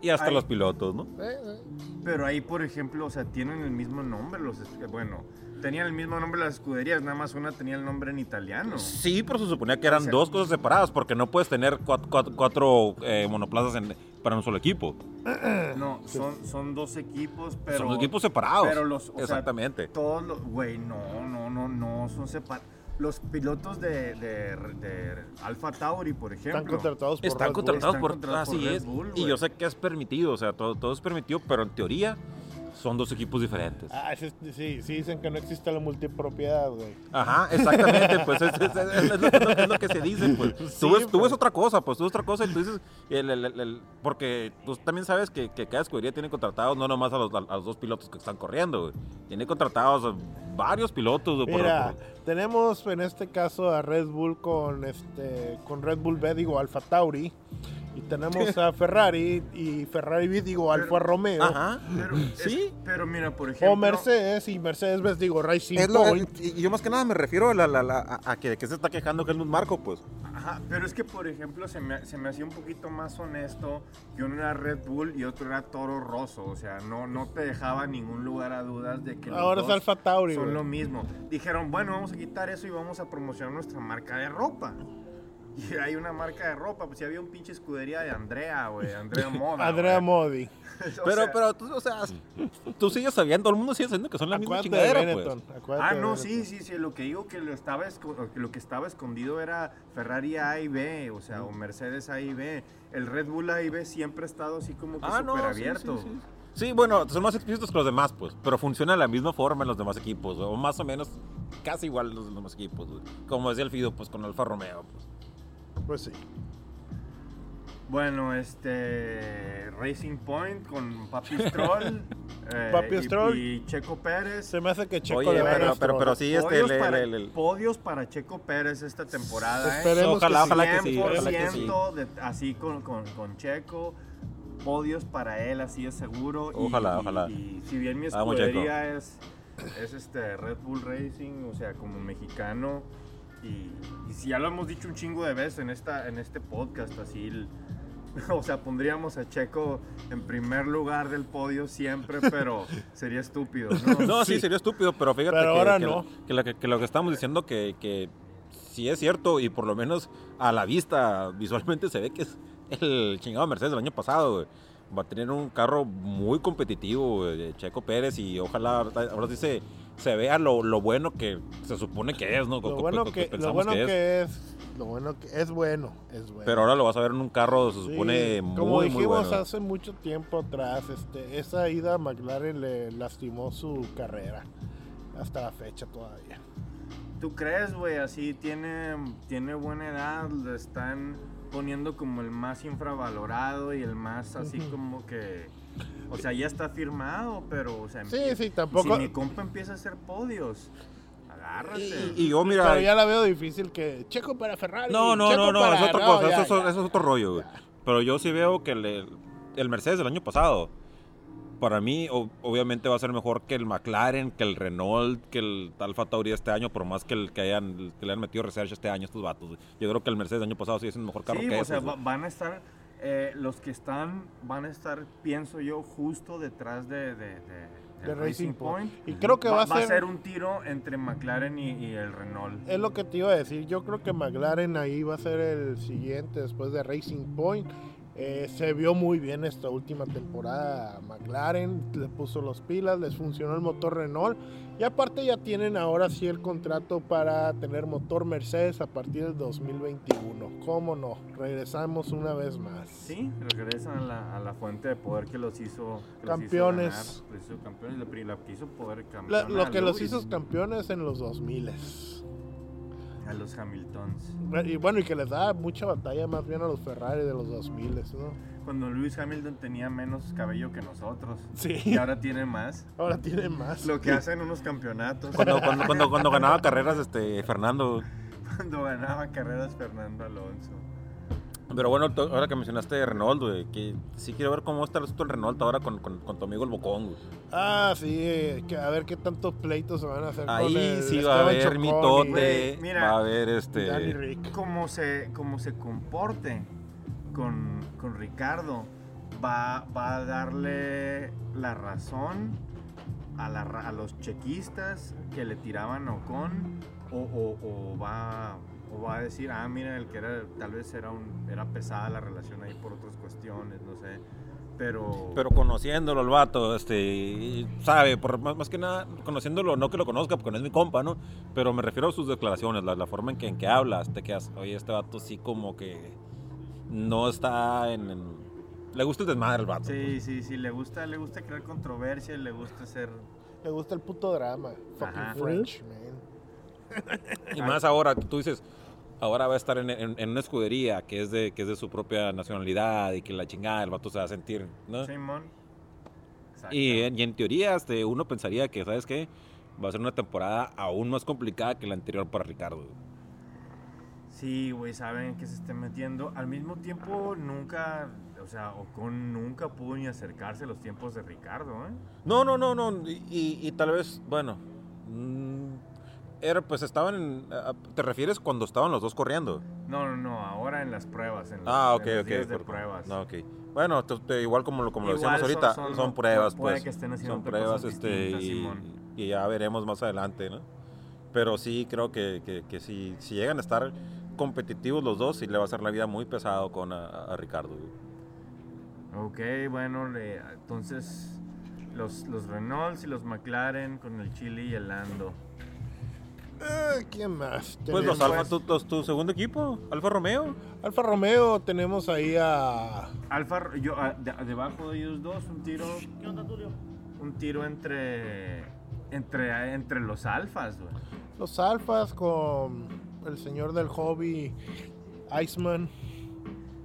C: Y hasta
A: Ay.
C: los pilotos, ¿no?
B: Eh, eh.
A: pero ahí, por ejemplo, o sea, tienen el mismo nombre los... es- eh, Bueno, tenían el mismo nombre las escuderías, nada más una tenía el nombre en italiano.
C: Sí, pero se suponía que eran
A: O sea-
C: dos cosas separadas, porque no puedes tener cuatro, cuatro, cuatro, eh, monoplazas en- para un solo equipo.
A: No, son, son dos equipos, pero...
C: Son dos equipos separados.
A: pero los- o sea,
C: Exactamente.
A: Todos los... Güey, no, no, no, no, son separados. Los pilotos de, de, de Alfa Tauri, por ejemplo.
B: Están contratados por Red
C: Están
B: Bull.
C: contratados
A: Están
C: por,
A: contratados por
C: así
A: Red
C: es.
A: Bull,
C: y
A: güey.
C: yo sé que es permitido, o sea, todo, todo es permitido, pero en teoría son dos equipos diferentes.
B: Ah, sí, sí, sí dicen que no existe la multipropiedad, güey.
C: Ajá, exactamente, pues es, es- es- es lo, que- es lo que se dice, pues.
B: Sí,
C: tú, ves, tú ves
B: pero-
C: otra cosa, pues tú ves otra cosa y tú dices, el- el- el- el- porque tú también sabes que, que cada escudería tiene contratados no nomás a los, a los dos pilotos que están corriendo, güey. Tiene contratados a varios pilotos, güey, por-
B: Mira,
C: por-
B: tenemos en este caso a Red Bull con este con Red Bull B digo Alfa Tauri y tenemos a Ferrari y Ferrari B digo Alfa Romeo
C: Ajá.
A: Pero, es-
C: Sí.
A: pero mira, por ejemplo...
B: o Mercedes y Mercedes Benz digo Racing
C: Es lo-
B: Point.
C: y- y yo más que nada me refiero a, la- la- la- a- a que de qué se está quejando Helmut Marco, pues.
A: Ajá, pero es que, por ejemplo, se me, se me hacía un poquito más honesto que uno era Red Bull y otro era Toro Rosso. O sea, no, no te dejaba ningún lugar a dudas de que los
B: Ahora es
A: dos
B: Alfa Tauri,
A: son
B: güey.
A: lo mismo. Dijeron, bueno, vamos a quitar eso y vamos a promocionar nuestra marca de ropa. Y hay una marca de ropa, pues si había un pinche escudería de Andrea, güey, Andrea
C: Ah,
A: Moda.
B: Andrea
A: güey.
B: Modi.
A: O
C: Pero,
A: sea,
C: pero tú, o sea, tú sigues sabiendo, todo el mundo sigue sabiendo que son la misma
B: Acuérdate de
C: chingadera,
B: Benetton.
C: pues.
B: acuérdate
A: Ah,
B: de
A: no,
B: Benetton.
A: sí, sí, sí. Lo que digo que lo estaba, esco- lo que estaba escondido era Ferrari A y B, o sea, o Mercedes A y B. El Red Bull A y B siempre ha estado así como que
C: Ah, no,
A: súper
C: sí,
A: abierto.
C: Sí, sí. Sí, bueno, son más explícitos que los demás, pues, pero funciona de la misma forma en los demás equipos, o más o menos casi igual los demás equipos, güey. como decía el Fido, pues con Alfa Romeo, pues.
B: Pues sí.
A: Bueno, este. Racing Point con Papi Stroll. eh,
B: Papi
A: y-
B: Stroll.
A: Y, Checo Pérez.
B: Se me hace que Checo
C: Oye,
B: le va a
C: pero,
B: ganar
C: pero,
B: a
C: pero
B: Stroll.
C: sí, este,
A: podios,
C: el-
A: para,
C: el- el-
A: podios para Checo Pérez esta temporada. ¿eh?
B: Esperemos
C: ojalá,
B: que sí.
C: ojalá que sí, ojalá que sí.
A: 100% de- así con, con- con Checo. Podios para él, así es seguro. y-
C: Ojalá,
A: y,
C: ojalá. Ah,
A: Y si bien mi
C: Vamos, Checo.
A: escudería es, es este Red Bull Racing, o sea, como mexicano. Y, y si ya lo hemos dicho un chingo de veces en, esta, en este podcast, así. el- o sea, pondríamos a Checo en primer lugar del podio siempre, pero sería estúpido, ¿no?
C: No, sí. sería estúpido, pero fíjate
B: Pero
C: que,
B: ahora
C: que
B: no.
C: lo- que lo que, que lo que estamos diciendo que, que sí es cierto y por lo menos a la vista visualmente se ve que es el chingado Mercedes del año pasado, güey. Va a tener un carro muy competitivo, güey, de Checo Pérez, y ojalá ahora sí se, se vea lo, lo bueno que se supone que es, ¿no?
B: Lo
C: Co-
B: bueno
C: co- co-
B: que, lo
C: pensamos
B: bueno
C: que es.
B: que es. Lo bueno que es bueno. Es bueno.
C: Pero ahora lo vas a ver en un carro, se
B: Sí,
C: supone muy,
B: como
C: muy
B: dijimos
C: bueno.
B: hace mucho tiempo atrás, este, esa ida a McLaren le lastimó su carrera hasta la fecha todavía.
A: ¿Tú crees, güey? Así tiene, tiene buena edad, lo están poniendo como el más infravalorado y el más así
B: Ujú.
A: como que... O sea, ya está firmado, pero... O sea,
B: Sí,
A: empie-
B: sí, tampoco.
A: Si mi compa empieza a hacer podios, agárrate.
C: Y yo, mira,
B: pero ya la veo difícil que Checo para Ferrari.
C: No, no,
B: Checo
C: no, no,
B: para-
C: es otra
B: no,
C: cosa,
B: ya,
C: eso, es-
B: ya.
C: eso es otro rollo, güey. Pero yo sí veo que le- el Mercedes del año pasado, para mí, o- obviamente va a ser mejor que el McLaren, que el Renault, que el Alfa Tauri este año, por más que, el, que, hayan, que le hayan metido research este año a estos vatos. güey. Yo creo que el Mercedes del año pasado sí es el mejor carro
A: Sí,
C: que
A: o
C: esos,
A: sea,
C: güey.
A: va- van a estar, eh, los que están, van a estar, pienso yo, justo detrás de, de, de-
B: De
A: del
B: Racing Point. Y creo que va, a ser.
A: un tiro entre McLaren y, y el Renault.
B: Es lo que te iba a decir. Yo creo que McLaren ahí va a ser el siguiente después de Racing Point. Eh, se vio muy bien esta última temporada a McLaren, le puso los pilas, les funcionó el motor Renault y aparte ya tienen ahora sí el contrato para tener motor Mercedes a partir del 2021. ¿Cómo no? Regresamos una vez más.
A: Sí, regresan a la, a la fuente de poder que los hizo que los hizo
B: Campeones.
A: ganar, los hizo campeones, la pri- la que hizo poder campeón.
B: La- lo
A: a
B: que los
A: Lewis,
B: hizo campeones en los 2000.
A: A los Hamiltons.
B: Y bueno, y que les da mucha batalla más bien a los Ferrari de los 2000, ¿no?
A: Cuando Lewis Hamilton tenía menos cabello que nosotros. Y
B: Sí,
A: ahora tiene más.
B: ahora tienen más.
A: Lo que hacen unos campeonatos.
C: Cuando, cuando, cuando, cuando ganaba carreras este, Fernando.
A: Cuando ganaba carreras Fernando Alonso.
C: Pero bueno, to- ahora que mencionaste Renault, güey, que sí quiero ver cómo está el asunto del Renault ahora con, con, con tu amigo el Bocón, güey.
B: Ah, sí, que a ver qué tantos pleitos se van a hacer. con
C: Ahí
B: el
C: sí
B: Esteban
C: va a haber
B: Chocón y
C: mitote,
A: Güey, mira.
C: va a haber
B: y
C: este...
B: Danny Rick.
A: Como se, como se comporte con, con Ricardo, va, va a darle la razón a, la ra- a los chequistas que le tiraban a Ocon o, o- o va, o va a decir, ah, mira, el que era, tal vez era, un, era pesada la relación ahí por otras cuestiones, no sé, pero...
C: Pero conociéndolo el vato, este, sabe, por, más, más que nada, conociéndolo, no que lo conozca, porque no es mi compa, ¿no? Pero me refiero a sus declaraciones, la, la forma en que, en que hablas, te quedas, oye, este vato sí como que no está en... en- le gusta el desmadre el vato.
A: Sí, sí, sí, le gusta, le gusta crear controversia, y le gusta ser...
B: Le gusta el puto drama. Fucking
A: Ajá.
B: French, man.
C: Y más ahora, que tú dices, ahora va a estar en, en- en una escudería que es, de, que es de su propia nacionalidad y que la chingada, el vato se va a sentir, ¿no?
A: Simón. Exacto.
C: Ah. Y, en- y en teoría, este, uno pensaría que, ¿sabes qué? Va a ser una temporada aún más complicada que la anterior para Ricardo.
A: Sí, güey, saben que se estén metiendo. Al mismo tiempo, nunca, o sea, Ocon nunca pudo ni acercarse a los tiempos de Ricardo, ¿eh?
C: No, no, no, no. Y, y- y tal vez, bueno. ah, mm, Era, pues estaban en. a- a- ¿Te refieres cuando estaban los dos corriendo?
A: No, no, no, ahora en las pruebas. En los-
C: Ah, ok,
A: en los
C: ok.
A: días de
C: por-
A: pruebas.
C: No, ok. Bueno, t- t- igual como, lo- como lo
A: Igual
C: decíamos ahorita,
A: son-
C: son,
A: son-
C: pruebas,
A: puede
C: pues.
A: que estén haciendo
C: son
A: otras
C: pruebas,
A: cosas
C: este,
A: distintas,
C: y,
A: Simón.
C: y ya veremos más adelante, ¿no? Pero sí, creo que, que, que si, si llegan a estar competitivos los dos, sí le va a hacer la vida muy pesado con a, a Ricardo. güey.
A: Ok, bueno, le- entonces los, los Renaults y los McLaren con el Chile y el Lando.
B: Eh, ¿Quién más?
C: Pues los
B: Tenemos-
C: Alfa, tu, los- tu segundo equipo, Alfa Romeo.
B: Alfa Romeo, tenemos ahí a.
A: Alfa, yo, ah, de- debajo de ellos dos, un tiro. Un tiro entre. Entre, entre los alfas, güey.
B: Los Alfas con el señor del hobby, Iceman.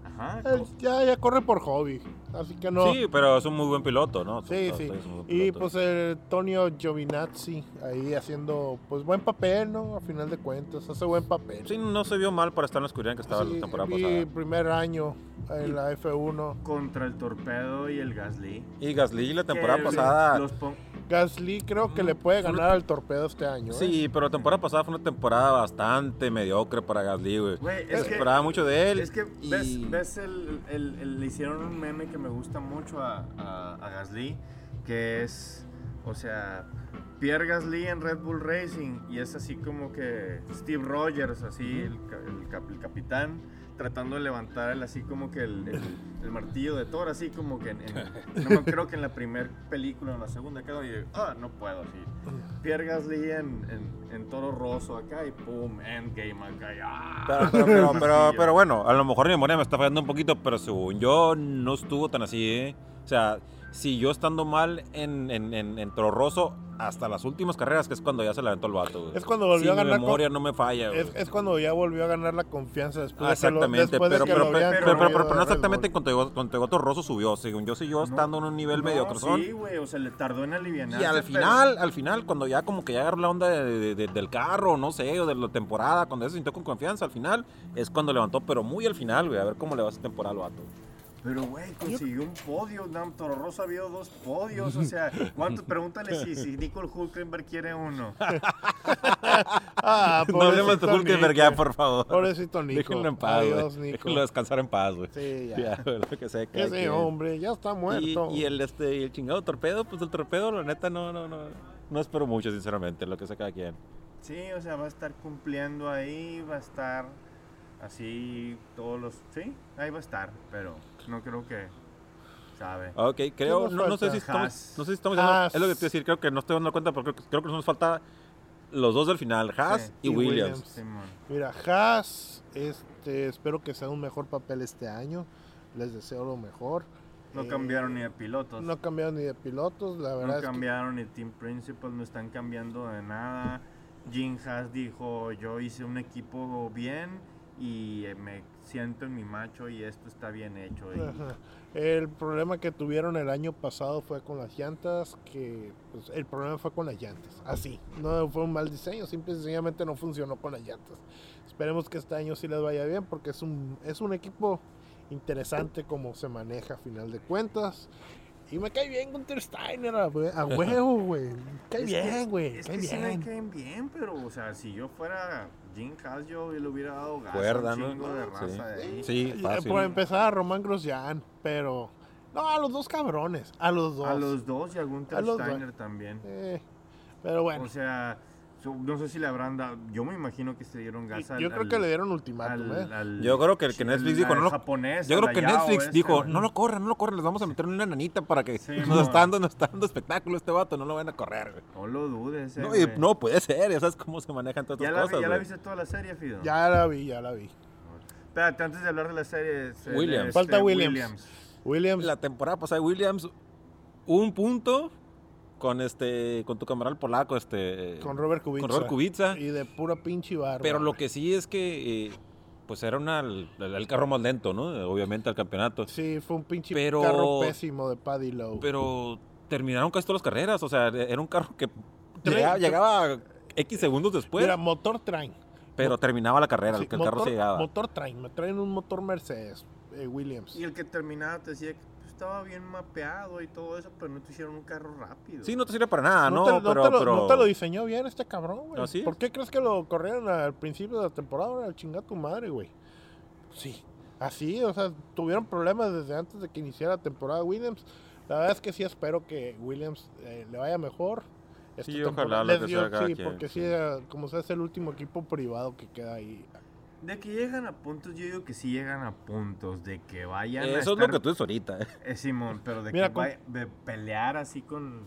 A: Ajá.
B: Él ya, ya corre por hobby, así que no.
C: Sí, pero es un muy buen piloto, ¿no?
B: Sí,
C: Todos
B: sí.
C: ellos son muy
B: Y
C: pilotos.
B: pues el Tonio Giovinazzi ahí haciendo pues buen papel, ¿no? A final de cuentas, hace buen papel.
C: Sí, no se vio mal para estar en la oscuridad en que estaba
B: pues, Sí, pues,
C: la temporada
B: mi
C: pasada.
B: primer año en la F1.
A: Contra el torpedo y el Gasly.
C: Y Gasly la temporada
A: Que
C: pasada.
A: los pon-
B: Gasly creo que le puede ganar al torpedo este año. ¿eh?
C: Sí, pero la temporada pasada fue una temporada bastante mediocre para Gasly, güey.
A: Güey,
C: Se
A: es que-
C: esperaba mucho de él.
A: Es que
C: y-
A: ves, ves el, el- el- le hicieron un meme que me gusta mucho a, a- a Gasly, que es, o sea, Pierre Gasly en Red Bull Racing y es así como que Steve Rogers, así, el ca- el, cap- el capitán, tratando de levantar el, así como que el, el- el martillo de Thor, así como que en, en- no me- creo que en la primera película, en la segunda, quedó y ah, no puedo, así. Pierre Gasly en, en, en Toro Rosso acá y pum, Endgame acá y ah.
C: Pero, pero, pero, pero-
A: Martillo.
C: pero bueno, a lo mejor mi memoria me está fallando un poquito, pero según yo no estuvo tan así, ¿eh? O sea, si yo estando mal en, en, en, en Toro Rosso, hasta las últimas carreras, que es cuando ya se levantó el vato, güey.
B: Es cuando volvió
C: Si
B: a ganar
C: Mi memoria no me falla, güey.
B: Es, es cuando ya volvió a ganar la confianza después
C: Ah,
B: de que lo-
C: exactamente,
B: después de
C: pero,
B: que
C: pero,
B: lo
C: pero,
B: habían
C: pero, pero- pero
B: corrido de
C: no
B: Red
C: exactamente
B: Bull.
C: cuando llegó, cuando llegó Toro Rosso subió, según yo siguió estando en un nivel
A: No,
C: medio
A: Sí, güey, o sea, le tardó en aliviar.
C: Y al final, al final, cuando ya como que ya agarró la onda de- de- de- del carro, no sé, o de la temporada, cuando ya se sintió con confianza, al final es cuando levantó, pero muy al final, güey, a ver cómo le va a hacer temporada al vato.
A: Pero, güey, consiguió un podio. Nam Toro Rosso había dos podios. O sea, ¿cuánto? Pregúntale si, si Nicole Hulkenberg quiere uno.
B: Ah,
C: No hablemos de
B: pobrecito
C: Hulkenberg
B: Nico.
C: ya, por favor.
B: Pobrecito Nico.
C: Déjenlo en paz, güey.
B: Adiós, Nico.
C: Déjenlo descansar en paz, güey.
B: Sí, ya.
C: Ya, güey, lo que sea, cada
B: Ese
C: quien.
B: hombre ya está
C: Y,
B: muerto.
C: y el, este, y el chingado torpedo, pues el torpedo, la neta, no, no, no. No espero mucho, sinceramente, lo que sea cada quien.
A: Sí, o sea, va a estar cumpliendo ahí, va a estar así todos los. Sí, ahí va a estar, pero no creo que. ¿Sabe?
C: Ah, Ok, creo,
B: nos
C: no, no sé
B: falta?
C: si
A: Haas.
C: estamos, no sé si estamos,
B: Haas.
C: es lo que te iba a decir, creo que no estoy dando cuenta, pero creo, que- creo que nos falta los dos del final, Haas
A: Sí.
C: y,
B: Y
C: Williams.
B: Williams.
A: Simón.
B: Mira, Haas, este, espero que sea un mejor papel este año. Les deseo lo mejor.
A: No
B: Eh,
A: cambiaron ni de pilotos.
B: No cambiaron ni de pilotos, la
A: No
B: verdad. es que-
A: cambiaron el team principal, no están cambiando de nada. Jim Haas dijo, yo hice un equipo bien y eh, me siento en mi macho y esto está bien hecho. Y
B: Ajá. El problema que tuvieron el año pasado fue con las llantas, que pues, el problema fue con las llantas, así. No fue un mal diseño, simple y sencillamente no funcionó con las llantas. Esperemos que este año sí les vaya bien porque es un, es un equipo interesante como se maneja a final de cuentas. Y me cae bien Gunter Steiner, a, hue- a huevo, güey. Me Cae
A: Es
B: bien, güey.
A: es
B: cae
A: que sí me
B: bien.
A: caen bien, pero o sea, si yo fuera Jim Haas, yo le hubiera dado gas a un
C: Cuerda, ¿no?
A: chingo de raza
C: Sí.
A: de ahí.
C: Sí,
B: Eh,
C: fácil.
B: Por empezar, Román Grosjean, pero... No, a los dos cabrones, a los dos.
A: A los dos y a Gunther
B: A los dos.
A: Steiner también.
B: Eh, pero bueno.
A: O sea, so- no sé si le habrán dado, yo me imagino que se dieron
B: Y
A: gas al...
B: yo creo que
A: al-
B: le dieron ultimátum,
A: al-
B: ¿eh?
A: al-
C: Yo creo que el que Netflix dijo,
A: al
C: no lo-
A: japonés,
C: Yo
A: al
C: creo que
A: Hayao
C: Netflix
A: este,
C: dijo,
A: güey.
C: no lo corran, no lo corran, les vamos a meter una nanita para que
A: Sí,
C: nos,
A: mon.
C: está dando, nos está dando espectáculo este vato, no lo van a correr, güey.
A: No lo dudes, eh,
C: No, y-
A: güey.
C: no, puede ser, ya sabes cómo se manejan todas
A: ¿Ya,
C: estas
A: la,
C: cosas,
A: ya la
C: güey.
A: viste toda la serie, Fido?
B: Ya la vi, ya la vi.
A: Espérate, antes de hablar de la serie... este, se- de
C: Williams.
B: Falta Williams. Williams,
C: La temporada pasada, Williams, un punto con este, con tu camarada el polaco, este...
B: con Robert Kubica.
C: con Robert Kubica.
B: Y de pura pinche barba.
C: Pero lo que sí es que, eh, pues era una, el, el carro más lento, ¿no? Obviamente al campeonato.
B: Sí, fue un pinche
C: Pero-
B: carro pésimo de Paddy Lowe.
C: Pero terminaron casi todas las carreras, o sea, e, era un carro que
B: Tre-
C: llegaba,
B: tre-
C: llegaba X segundos después,
B: Mira, motor traen.
C: pero terminaba la carrera,
B: Sí,
C: que el
B: motor,
C: carro se llegaba.
B: motor traen. Me traen un motor Mercedes, eh, Williams.
A: Y el que terminaba te decía que pues, estaba bien mapeado y todo eso, pero no te hicieron un carro rápido.
C: Sí, no te sirve para nada, Ah, ¿no?
B: te,
C: pero,
B: te lo,
C: pero- ¿Ah,
B: no te lo diseñó bien este cabrón, güey.
C: Así es.
B: ¿Por qué crees que lo corrieron al principio de la temporada? Al chingar tu madre, güey. Sí, así, o sea, tuvieron problemas desde antes de que iniciara la temporada Williams. La verdad es que sí espero que Williams eh, le vaya mejor. esta
C: Sí,
B: temporada.
C: ojalá la
B: Les dio-
C: tercera cada
B: sí,
C: quien,
B: porque sí,
C: sí.
B: eh, como sea, es el último equipo privado que queda ahí.
A: De que llegan a puntos, yo digo que sí llegan a puntos, de que vayan a
C: Eso es lo
A: estar-
C: que tú dices ahorita. eh.
A: Eh, Simón, pero de
B: Mira,
A: que
B: con-
A: vaya- de pelear así con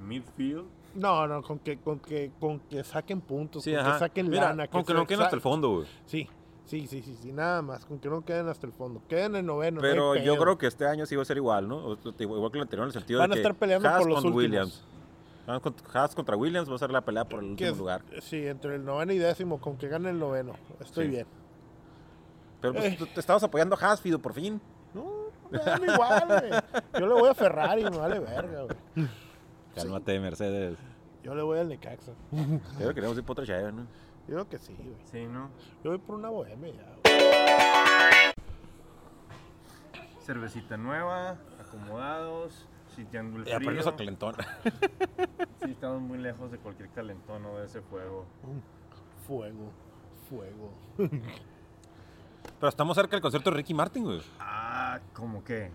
A: midfield.
B: No, no, con que, con que, con que saquen puntos,
C: Sí,
B: con
C: ajá.
B: que saquen
C: Mira,
B: lana.
C: con que
B: se-
C: no queden hasta el
B: sa-
C: fondo, güey.
B: Sí, sí, sí, sí, sí, nada más, con que no queden hasta el fondo. Queden en noveno. no hay
C: Pero yo
B: pedo.
C: creo que este año sí va a ser igual, ¿no? O- o- Igual que el anterior en el sentido
B: Van a
C: de que
B: estar peleando
C: Haas
B: por los
C: contra
B: últimos.
C: Williams. Van cont- Haas contra Williams va a ser la pelea por el
B: Que
C: último
B: es-
C: lugar.
B: Sí, entre el noveno y décimo, con que gane el noveno. Estoy
C: Sí.
B: bien.
C: Pero pues,
B: Eh.
C: tú te estabas apoyando a Haas, Fido, por fin.
B: No, me dan igual, güey. Yo le voy a Ferrari, me vale verga, güey.
C: Cálmate, Mercedes.
B: Yo le voy al Necaxa.
C: Creo que queremos ir por otra llave, ¿no?
B: Yo creo que sí, güey.
A: Sí, ¿no?
B: Yo voy por una bohemia ya, güey.
A: Cervecita nueva, acomodados, sitiando el
C: Y aprendes a
A: frío.
C: Clentón.
A: Sí, estamos muy lejos de cualquier calentón o de ese fuego.
B: Fuego, fuego.
C: Pero estamos cerca del concierto de Ricky Martin, güey.
A: Ah, ¿cómo que?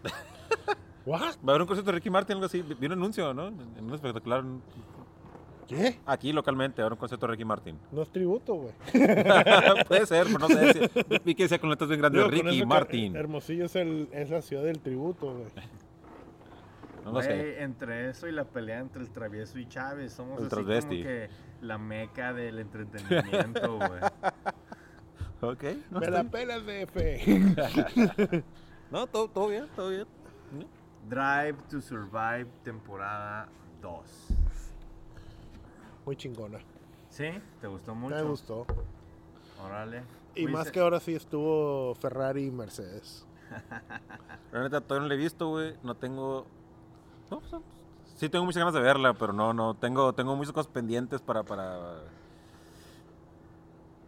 B: ¿What?
C: Va a haber un concierto de Ricky Martin, algo así. Vi un anuncio, ¿no? En un espectacular.
B: ¿Qué?
C: Aquí localmente, va a haber un concierto de Ricky Martin.
B: No es tributo, güey.
C: Puede ser, pero no sé. si- Vi que decía con letras bien grandes.
B: Digo, con eso
C: Ricky
B: que er-
C: Martin.
B: Hermosillo es, el, es la ciudad del tributo, güey.
C: No lo sé.
A: Güey, entre eso y la pelea entre el travieso y Chávez, somos
C: El
A: así
C: travesti.
A: como que la meca del entretenimiento, güey.
C: Ok. No,
B: Me
C: está
B: la
C: bien.
B: pelas de F.
C: No, todo, todo bien, todo bien.
A: Drive to Survive, temporada 2.
B: Muy chingona.
A: ¿Sí? ¿Te gustó mucho?
B: Me gustó.
A: Órale.
B: Y
A: Fuiste-
B: más que ahora sí estuvo Ferrari y Mercedes.
C: La neta, todavía no la he visto, güey. No tengo. No, pues, no, sí, tengo muchas ganas de verla, pero no, no. Tengo, tengo muchas cosas pendientes para. para...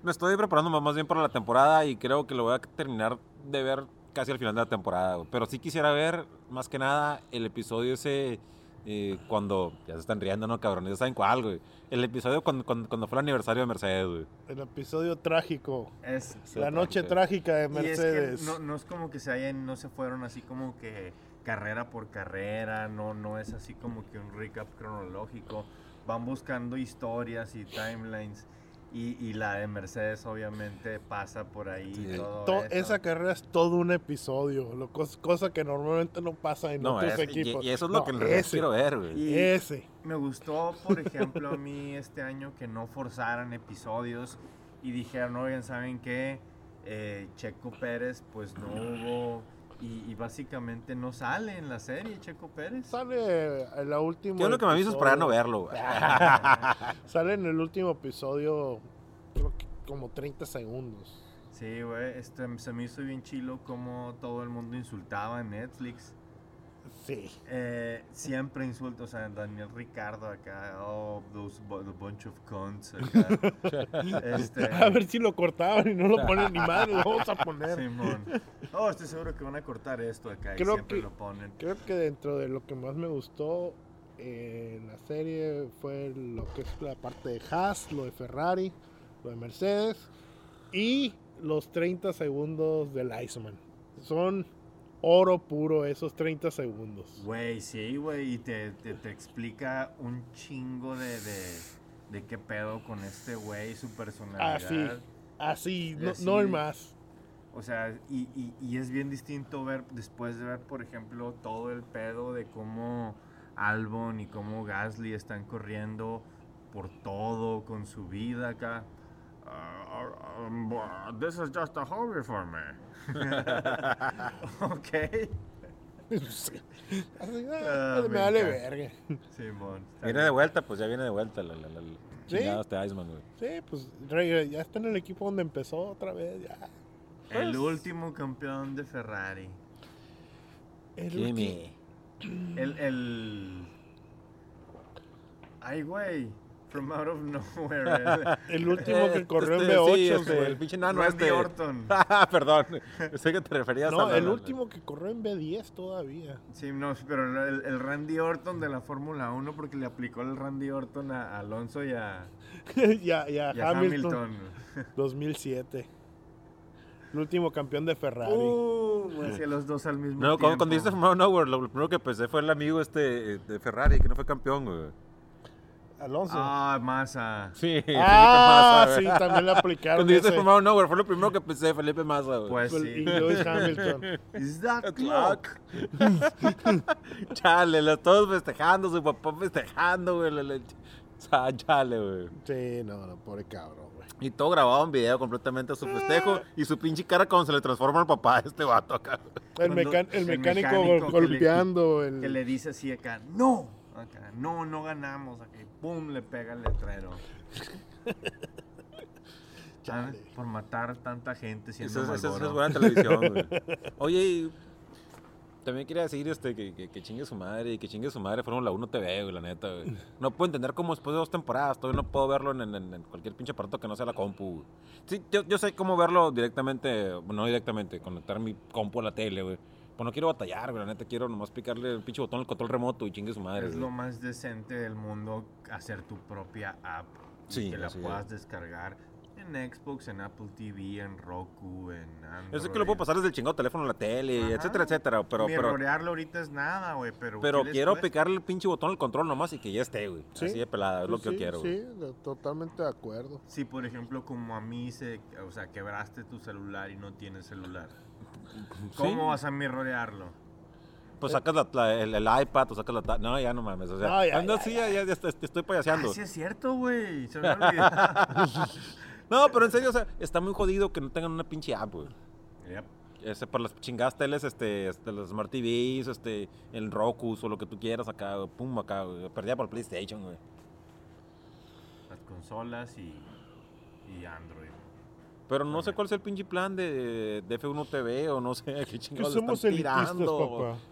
C: Me estoy preparando más bien para la temporada y creo que lo voy a terminar de ver casi al final de la temporada, güey. Pero sí quisiera ver, más que nada, el episodio ese. eh, cuando ya se están riendo, ¿no, cabrones? Ya saben cuál, güey. El episodio cuando, cuando, cuando fue el aniversario de Mercedes, güey.
B: El episodio trágico.
A: Es
B: La noche trágica de
A: Y es que
B: Mercedes.
A: no, no es como que se hayan, no se fueron así como que carrera por carrera, no, no es así como que un recap cronológico. Van buscando historias y timelines. Y, y la de Mercedes obviamente pasa por ahí.
C: Sí.
A: y todo
B: To-
A: eso.
B: esa carrera es todo un episodio, lo cos- cosa que normalmente no pasa en
C: No,
B: otros
C: es- y,
B: equipos.
C: y eso es lo
B: No,
C: que en realidad
B: ese,
C: quiero ver, güey.
A: Y-
B: Ese.
A: Me gustó, por ejemplo, a mí este año que no forzaran episodios y dijeron, oigan, ¿saben qué? Eh, Checo Pérez, pues no hubo. Y, y básicamente no sale en la serie Checo Pérez.
B: Sale en la última.
C: Yo lo que me aviso es para ya no verlo, güey.
B: Ah, Sale en el último episodio, creo que como 30 segundos.
A: Sí, güey, este, se me hizo bien chilo como todo el mundo insultaba en Netflix.
B: Sí.
A: Eh, siempre insultos, o sea, Daniel Ricardo acá, oh, those bu- the bunch of cunts acá.
C: Eh.
A: este,
B: A ver si lo cortaban y no lo ponen ni madre, lo vamos a poner.
A: Simón. Oh, estoy seguro que van a cortar esto acá y
B: Creo
A: siempre
B: que-
A: lo ponen.
B: Creo que dentro de lo que más me gustó eh, en la serie fue lo que es la parte de Haas, lo de Ferrari, lo de Mercedes y los 30 segundos del Iceman. Son oro puro esos 30 segundos.
A: Güey, sí, güey, y te, te, te explica un chingo de, de, de qué pedo con este güey, su personalidad.
B: Así, así, no,
A: Así.
B: no hay más.
A: O sea, y, y- y es bien distinto ver, después de ver, por ejemplo, todo el pedo de cómo Albon y cómo Gasly están corriendo por todo con su vida acá. Ah, um, uh, this is just a hobby for me. ok.
B: Sí. Así,
A: Ah,
B: ah, me
A: me
B: vale
A: encanta.
B: verga.
A: Simón. está
C: Viene
A: bien.
C: de vuelta, pues ya viene de vuelta la, la, la, la
B: Sí.
C: chingada este Iceman, güey.
B: Sí, pues reg- ya está en el equipo donde empezó otra vez. Ya.
A: El último campeón de Ferrari.
B: El ulti-
C: Kimi.
A: El, el... Ay, güey. From out of nowhere.
B: El último
C: Eh,
B: que corrió
C: este,
B: en
C: sí,
B: B8,
C: este,
B: güey.
C: el pinche nano
A: Randy
C: este.
A: Orton.
C: Ah, Perdón, sé que te referías a
B: No,
C: la-
B: el
C: la-
B: último que corrió en B10 todavía.
A: Sí, no, pero el, el Randy Orton de la Fórmula 1 porque le aplicó el Randy Orton a, a Alonso y a,
B: ya, ya,
A: y a Hamilton.
B: Hamilton, 2007. El último campeón de Ferrari.
A: Uh, hacía los dos al mismo
C: No,
A: tiempo.
C: cuando, cuando dijiste From Out of Nowhere, lo primero que pensé fue el amigo este eh, de Ferrari que no fue campeón, güey.
B: Alonso. Ah,
A: Ah, Massa.
C: Sí,
B: sí,
C: Felipe Massa, güey.
B: también le aplicaron.
C: Cuando dijiste
B: ese.
C: From Out of Nowhere, fue lo primero que pensé, Felipe Massa, güey.
A: Pues
B: Y
A: sí.
B: Lewis Hamilton.
A: Is that clock?
C: Chale, los todos festejando, su papá festejando, güey. la- la- cha- Chale, güey.
B: Sí, no, no, pobre cabrón, güey.
C: Y todo grabado en video completamente a su festejo y su pinche cara cuando se le transforma el papá a este vato
B: El,
C: acá.
A: Cuando-
B: mecan- el
A: el
B: mecánico,
A: mecánico
B: gol-
A: que le-
B: golpeando el...
A: Que le dice así acá, no. Acá, no, no ganamos. Acá, y pum, le pega el letrero. Ah,
B: Chale.
A: Por matar tanta gente siendo
C: Eso, es- eso es- eso es
A: Marlboro.
C: buena televisión, güey. Oye, y también quería decir este, que, que, que chingue su madre y que chingue su madre Fórmula 1 TV, güey, la neta, güey. No puedo entender cómo después de dos temporadas todavía no puedo verlo en, en- en cualquier pinche aparato que no sea la compu. güey. Sí, yo, yo sé cómo verlo directamente, bueno, no directamente, conectar mi compu a la tele, güey. Pues no quiero batallar, güey, la neta, quiero nomás picarle el pinche botón al control remoto y chingue su madre,
A: Es
C: güey.
A: lo más decente del mundo hacer tu propia app. y
C: Sí,
A: que la
C: así
A: puedas descargar en Xbox, en Apple TV, en Roku, en Android.
C: Yo sé que lo puedo pasar desde el chingado teléfono a la tele,
A: Ajá.
C: etcétera, etcétera, pero...
A: Ni
C: pero
A: rolearlo ahorita es nada, güey, pero...
C: pero
A: ¿qué les
C: quiero
A: cuesta?
C: picarle el pinche botón al control nomás y que ya esté, güey.
B: Sí.
C: Así de pelada, es lo que
B: Sí,
C: yo quiero, güey.
B: Sí, de- totalmente de acuerdo.
A: Si, por ejemplo, como a mí, se, o sea, quebraste tu celular y no tienes celular. ¿Cómo vas a mirrorearlo?
B: Eh.
C: Pues sacas la- la- el, el iPad o sacas la... ta- No, ya no mames. O sea,
B: No, ya,
C: ando
B: ya,
C: así, ya, ya, ya est- est- estoy
A: Ah,
C: payaseando.
A: sí es cierto, güey. Se me había olvidado.
C: No, pero en serio, o sea, está muy jodido que no tengan una pinche app, güey.
A: Yep.
C: Ese, para las chingadas teles, este, este, las Smart TVs, este, el Roku o lo que tú quieras acá, güey, pum, acá, güey. Perdida por el PlayStation, güey.
A: Las consolas y, y Android.
C: Pero no sé cuál es el pinche plan de, de F1 TV o no sé qué chingados le
B: somos
C: están
B: elitistas,
C: tirando.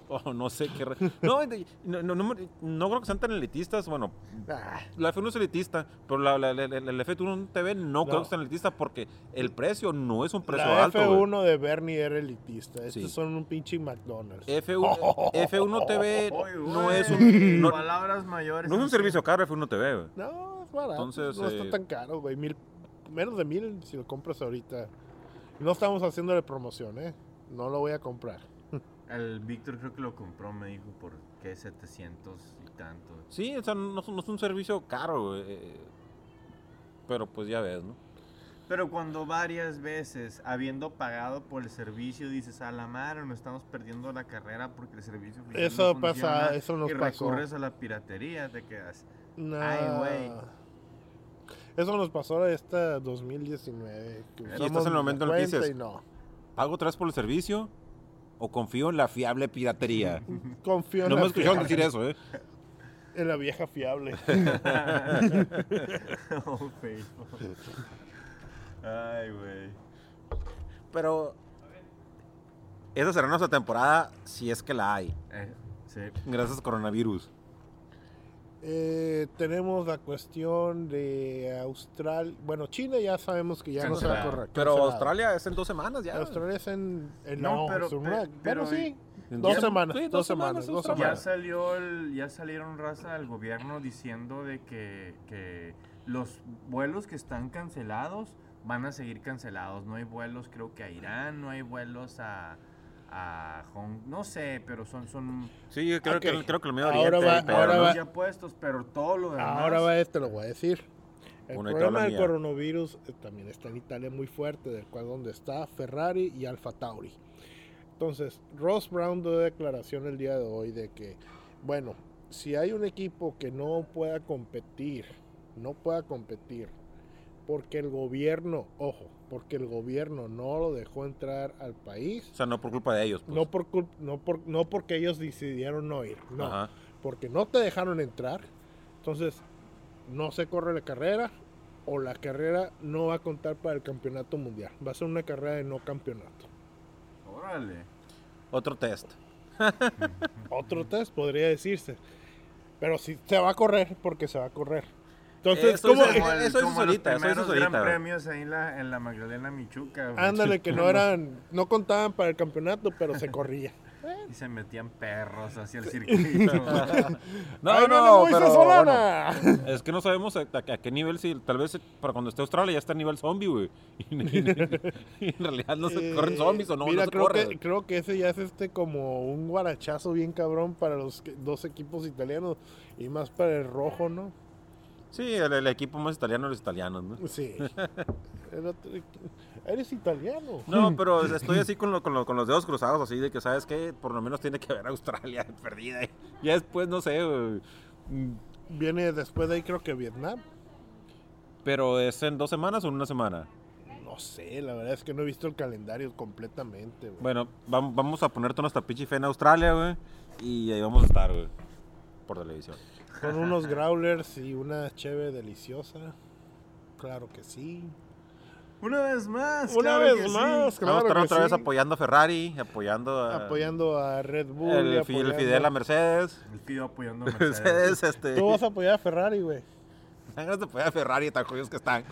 B: papá.
C: O, o no sé qué... re- No, de- no, no, no, me- no creo que sean tan elitistas, bueno...
B: Ah,
C: La F1 es elitista, pero la, la, la- la- la F1 TV no,
B: No.
C: creo que sea elitista porque el precio no es un precio
B: la
C: alto. güey.
B: F1 de Bernie era elitista. Estos
C: Sí.
B: son un pinche McDonald's.
C: F1, F1 TV
A: Oy,
C: Eh, no
A: güey,
C: es un, no,
A: Palabras mayores.
C: no es un
A: aquí.
C: servicio caro F1 TV. güey.
B: No, es barato.
C: Entonces,
B: no
C: eh,
B: está tan caro, güey. Mil, menos de mil si lo compras ahorita. No estamos haciéndole promoción, ¿eh? No lo voy a comprar.
A: El Víctor creo que lo compró, me dijo, por qué 700 y tanto.
C: Sí, o sea, no, es- no es un servicio caro, güey, eh, pero pues ya ves, ¿no?
A: Pero cuando varias veces, habiendo pagado por el servicio, dices, a la madre, no estamos perdiendo la carrera porque el servicio oficial no
B: Eso pasa,
A: funciona",
B: eso nos
A: y
B: pasó.
A: recurres a la piratería, te quedas.
B: No.
A: Ay, güey.
B: Eso nos pasó esta 2019. que
A: Y
B: usamos
C: estás en el
B: la
C: momento en el que
B: cuenta
C: dices-
B: y no.
C: ¿Pago otra vez por el servicio o confío en la fiable piratería?
B: Confío en,
C: No
B: la
C: me escucharon
B: vieja-
C: decir eso, ¿eh?
B: en la vieja fiable.
A: oh, Facebook. Ay, güey.
C: Pero esa será nuestra temporada si es que la hay.
A: Eh, sí.
C: Gracias coronavirus.
B: Eh, tenemos la cuestión de Australia. Bueno, China ya sabemos que ya no se va a
A: Cancelado.
B: correr.
C: Pero
B: cancelado.
C: Australia es en dos semanas ya.
B: Australia es en. en-
A: No,
B: no,
A: pero-
B: es una-
A: pe- pero-
B: bueno, sí.
C: En
B: Dos
C: dos-
B: semanas,
C: sí, dos
B: dos
C: semanas,
B: semanas, dos
C: Australia.
A: Ya
B: semanas.
A: salió el, ya salieron raza del gobierno diciendo de que, que los vuelos que están cancelados van a seguir cancelados. No hay vuelos creo que a Irán, no hay vuelos a, a Hong, no sé, pero son son
C: Sí, yo creo,
B: Ok.
C: que, creo que el medio
B: Ahora
C: oriente.
B: va-
C: ahí, pero
B: ahora
C: no.
B: va-
A: ya puestos, pero todo lo demás.
B: Ahora va, te lo voy a decir. El
C: Bueno, ahí te
B: problema
C: habla
B: del
C: mía.
B: coronavirus eh, también está en Italia muy fuerte, del cual donde está Ferrari y Alfa Tauri. Entonces, Ross Brown dio declaración el día de hoy de que, bueno, si hay un equipo que no pueda competir, no pueda competir, porque el gobierno, ojo, porque el gobierno no lo dejó entrar al país,
C: O sea, no por culpa de ellos. Pues.
B: no, por cul- no, por, no porque ellos decidieron no ir, no
C: Ajá.
B: porque no te dejaron entrar. Entonces, no se corre la carrera o la carrera no va a contar para el campeonato mundial. Va a ser una carrera de no campeonato.
A: Órale.
C: Otro test.
B: Otro test podría decirse. Pero sí se va a correr porque se va a correr. Entonces,
C: Eso
B: ¿cómo?
C: hizo-
B: eh,
C: eso hizo ahorita, eso
A: los
C: hizo
A: primeros
C: ahorita,
A: gran
C: güey.
A: premios ahí en la, en la Magdalena Michuca. güey.
B: Ándale, que no eran, no contaban para el campeonato, pero se corría.
A: Y se metían perros hacia el circuito. güey.
B: ¡Ahí viene Moisés Solana!
C: bueno, es que no sabemos a, a- a qué nivel, si tal vez para cuando esté Australia ya está a nivel zombie, güey. Y, y- y en realidad no se
B: Eh,
C: corren zombies o no,
B: Mira,
C: no se
B: creo,
C: corre.
B: que, creo que ese ya es este como un guarachazo bien cabrón para los que- dos equipos italianos y más para el rojo, ¿no?
C: Sí, el, el equipo más italiano de los italianos, ¿no?
B: Sí. El otro- Eres italiano.
C: No, pero estoy así con, lo- con, lo- con los dedos cruzados, así de que, ¿sabes qué? Por lo menos tiene que haber Australia perdida. Ya después, no sé, güey. Mm,
B: Viene después de ahí, creo que Vietnam.
C: Pero es en dos semanas o en una semana.
B: No sé, la verdad es que no he visto el calendario completamente. güey.
C: Bueno, vam- vamos a ponerte nuestra pinche fe en Australia, güey. Y ahí vamos a estar, güey. Por televisión.
B: Con unos growlers y una cheve deliciosa. Claro que sí.
A: Una vez más.
B: Una
A: claro
B: vez
A: que sí.
B: más,
C: vamos a
B: claro
C: estar
B: que
C: otra vez
B: sí.
C: apoyando a Ferrari, apoyando a.
B: Apoyando a Red Bull.
C: Ah. el,
B: y
C: fi- el
B: apoyando-
C: Fidel a Mercedes.
A: El tío apoyando a Mercedes.
C: Mercedes, este.
B: Tú vas a apoyar a Ferrari, güey.
C: Tengan ganas de apoyar a Ferrari, tan jodidos que están.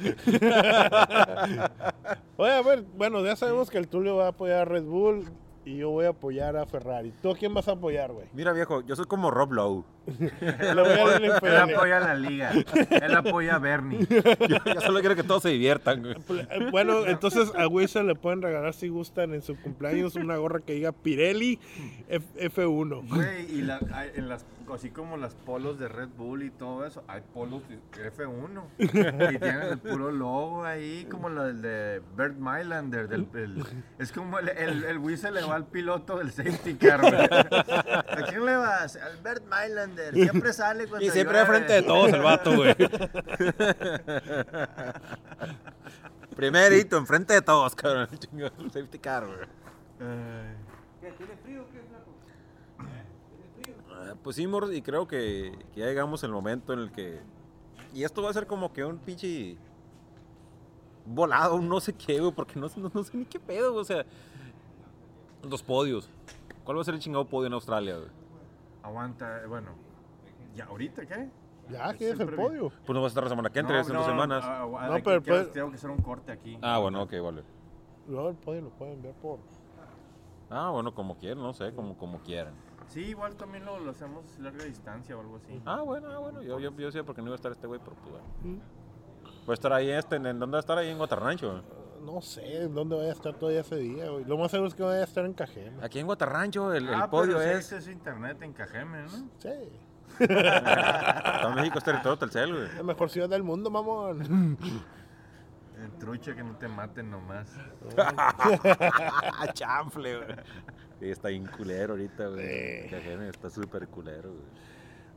B: Oye, a ver, bueno, ya sabemos que el Tulio va a apoyar a Red Bull y yo voy a apoyar a Ferrari. ¿Tú a quién vas a apoyar, güey?
C: Mira, viejo, yo soy como Rob Lowe.
B: Le voy a dar el
A: Él
B: NFL.
A: apoya a la liga. Él apoya a Bernie.
C: Yo, yo solo quiero que todos se diviertan, güey.
B: Eh, Bueno, entonces a Wilson le pueden regalar si gustan en su cumpleaños una gorra que diga Pirelli F- F1.
A: Güey, y la- hay- en las, así como las polos de Red Bull y todo eso, hay polos de F1. y tienen el puro logo ahí, como la del de Bert Mylander. del- el- es como el, el, el güey se le va al piloto del safety car, güey. ¿A quién le vas? Al Bert Mylander. Siempre sale cuando
C: Y siempre al
A: llueve.
C: frente de todos el vato, güey. Primerito, enfrente de todos, cabrón. Chingo, el Safety car, güey.
A: Ay.
C: Ah, Pues sí, morros, y creo que, que ya llegamos el momento en el que. Y esto va a ser como que un pinche. Volado, un no sé qué, güey, porque no, sé- no, no sé ni qué pedo, güey, O sea, los podios. ¿Cuál va a ser el chingado podio en Australia, güey?
A: Aguanta, eh, bueno. ¿Y ahorita qué?
B: Ya, que es el podio.
C: Pues no va a estar la semana que entre, son dos semanas.
A: No, ah, ah,
B: No,
A: aquí quiero-
B: pero pues puede-
A: tengo que hacer un corte aquí.
C: Ah, bueno, ok, vale.
B: No, el podio lo pueden ver por. eh,
C: Ah, bueno, como quieran, no sé, como, como quieran.
A: Sí, igual también lo, lo hacemos larga distancia o algo así.
C: Ah, bueno, ah, bueno. Yo, yo, yo decía porque no iba a estar este güey, pero pues bueno. Voy a estar ahí este, ¿en en dónde va a estar ahí en Guatarrancho? güey?
B: No sé en dónde vaya a estar todavía ese día, güey. Lo más seguro es que vaya a estar en Cajeme.
C: Aquí en Guatarrancho el, el
A: Ah,
C: podio
A: pero sí
C: es...
A: acceso a internet en Cajeme, ¿no?
B: Sí.
C: Todo México es territorio Telcel, güey.
B: La mejor ciudad del mundo, mamón.
A: El trucha que no te maten nomás.
C: Ah, chanfle, güey. Sí, está bien culero ahorita, güey. Cajeme, Está súper culero, güey.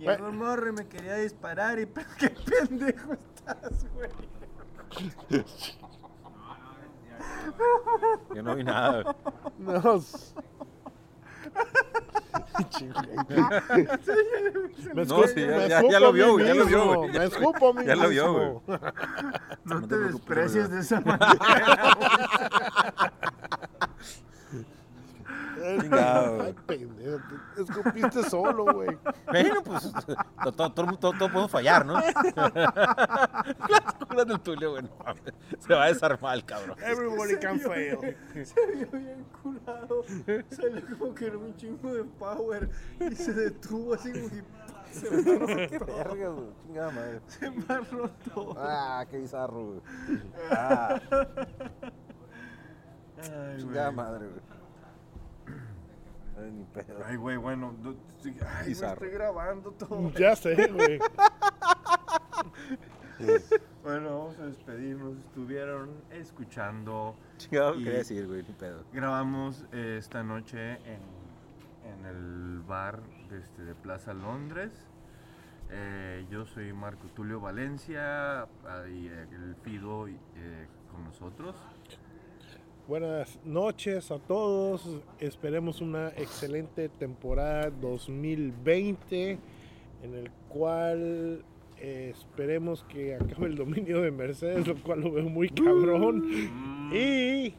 A: Llegó un morro y me quería disparar y pero qué pendejo estás, güey.
C: Yo no vi nada, güey.
B: No. s- me
C: No,
B: escupo-
C: sí, ya-
B: me
C: ya- ya
B: escupo
C: lo
B: a
C: vio,
B: mí
C: güey, ya lo vio,
B: mismo,
C: güey.
B: Me escupo a mí
C: Ya lo vio,
B: mismo.
A: No
C: No
A: te
C: te preocupes,
A: desprecies
C: no
A: de esa manera.
C: Chingado, güey.
B: Ay, pendejo. te Escupiste solo, güey.
C: Bueno, pues todo, todo, todo, todo- todo podemos fallar, ¿no? Las curas del Tulio, güey. no mames. Se va a desarmar, cabrón.
B: Everybody can fail.
A: Se vio bien curado. Salió como que era un chingo de power y se detuvo así como que se embarró todo.
C: Verga, güey. Chingada madre.
A: Se embarró todo.
C: Ah, qué bizarro, güey. Ah.
A: Ay,
C: Chingada
A: güey.
C: madre, güey. Ay, ni pedo.
A: Ay, güey, bueno. du- sí, Ay, güey,
C: Bizarro.
A: estoy grabando todo.
B: Ya sé, güey.
A: Bueno, vamos a despedirnos. Estuvieron escuchando.
C: Chingado,
A: Y-
C: ¿qué quería decir, güey? Ni pedo.
A: Grabamos eh, esta noche en, en el bar de, este, de Plaza Londres. Eh, yo soy Marco Tulio Valencia ah, y eh, el Fido y, eh, con nosotros.
B: Buenas noches a todos. Esperemos una excelente temporada 2020 en el cual eh, esperemos que acabe el dominio de Mercedes, lo cual lo veo muy
C: Mm.
B: cabrón. Y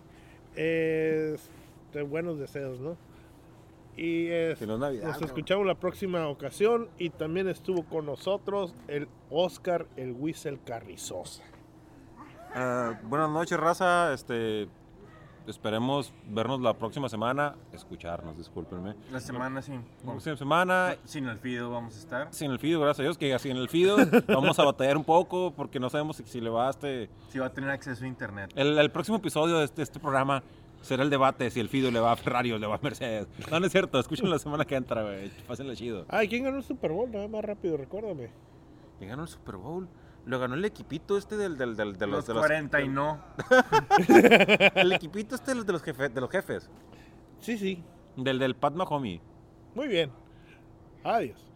B: eh, este, buenos deseos, ¿no? Y eh,
C: Si no es Navidad.
B: nos
C: bro.
B: escuchamos la próxima ocasión. Y también estuvo con nosotros el Oscar, el Whistle Carrizosa.
C: Ah, buenas noches, raza. Este, esperemos vernos la próxima semana. Escucharnos, discúlpenme.
A: La semana sin.
C: La próxima semana.
A: Sin el Fido vamos a estar.
C: Sin el Fido, gracias a Dios, que así en el Fido vamos a batallar un poco porque no sabemos si, si le va a este.
A: Si va a tener acceso a internet.
C: El, el próximo episodio de este, este programa será el debate si el Fido le va a Ferrari o le va a Mercedes. No, no es cierto, escuchen la semana que entra, güey. Pásenle chido.
B: Ay, ¿quién ganó el Super Bowl? Nada más rápido, recuérdame.
C: Y ganó el Super Bowl. Lo ganó el equipito este del, del, del- de los,
A: Los
C: de los-
A: 40 y no.
C: El equipito este de los, jefes, de los jefes.
B: Sí, sí.
C: Del del Pat Mahomey.
B: Muy bien. Adiós.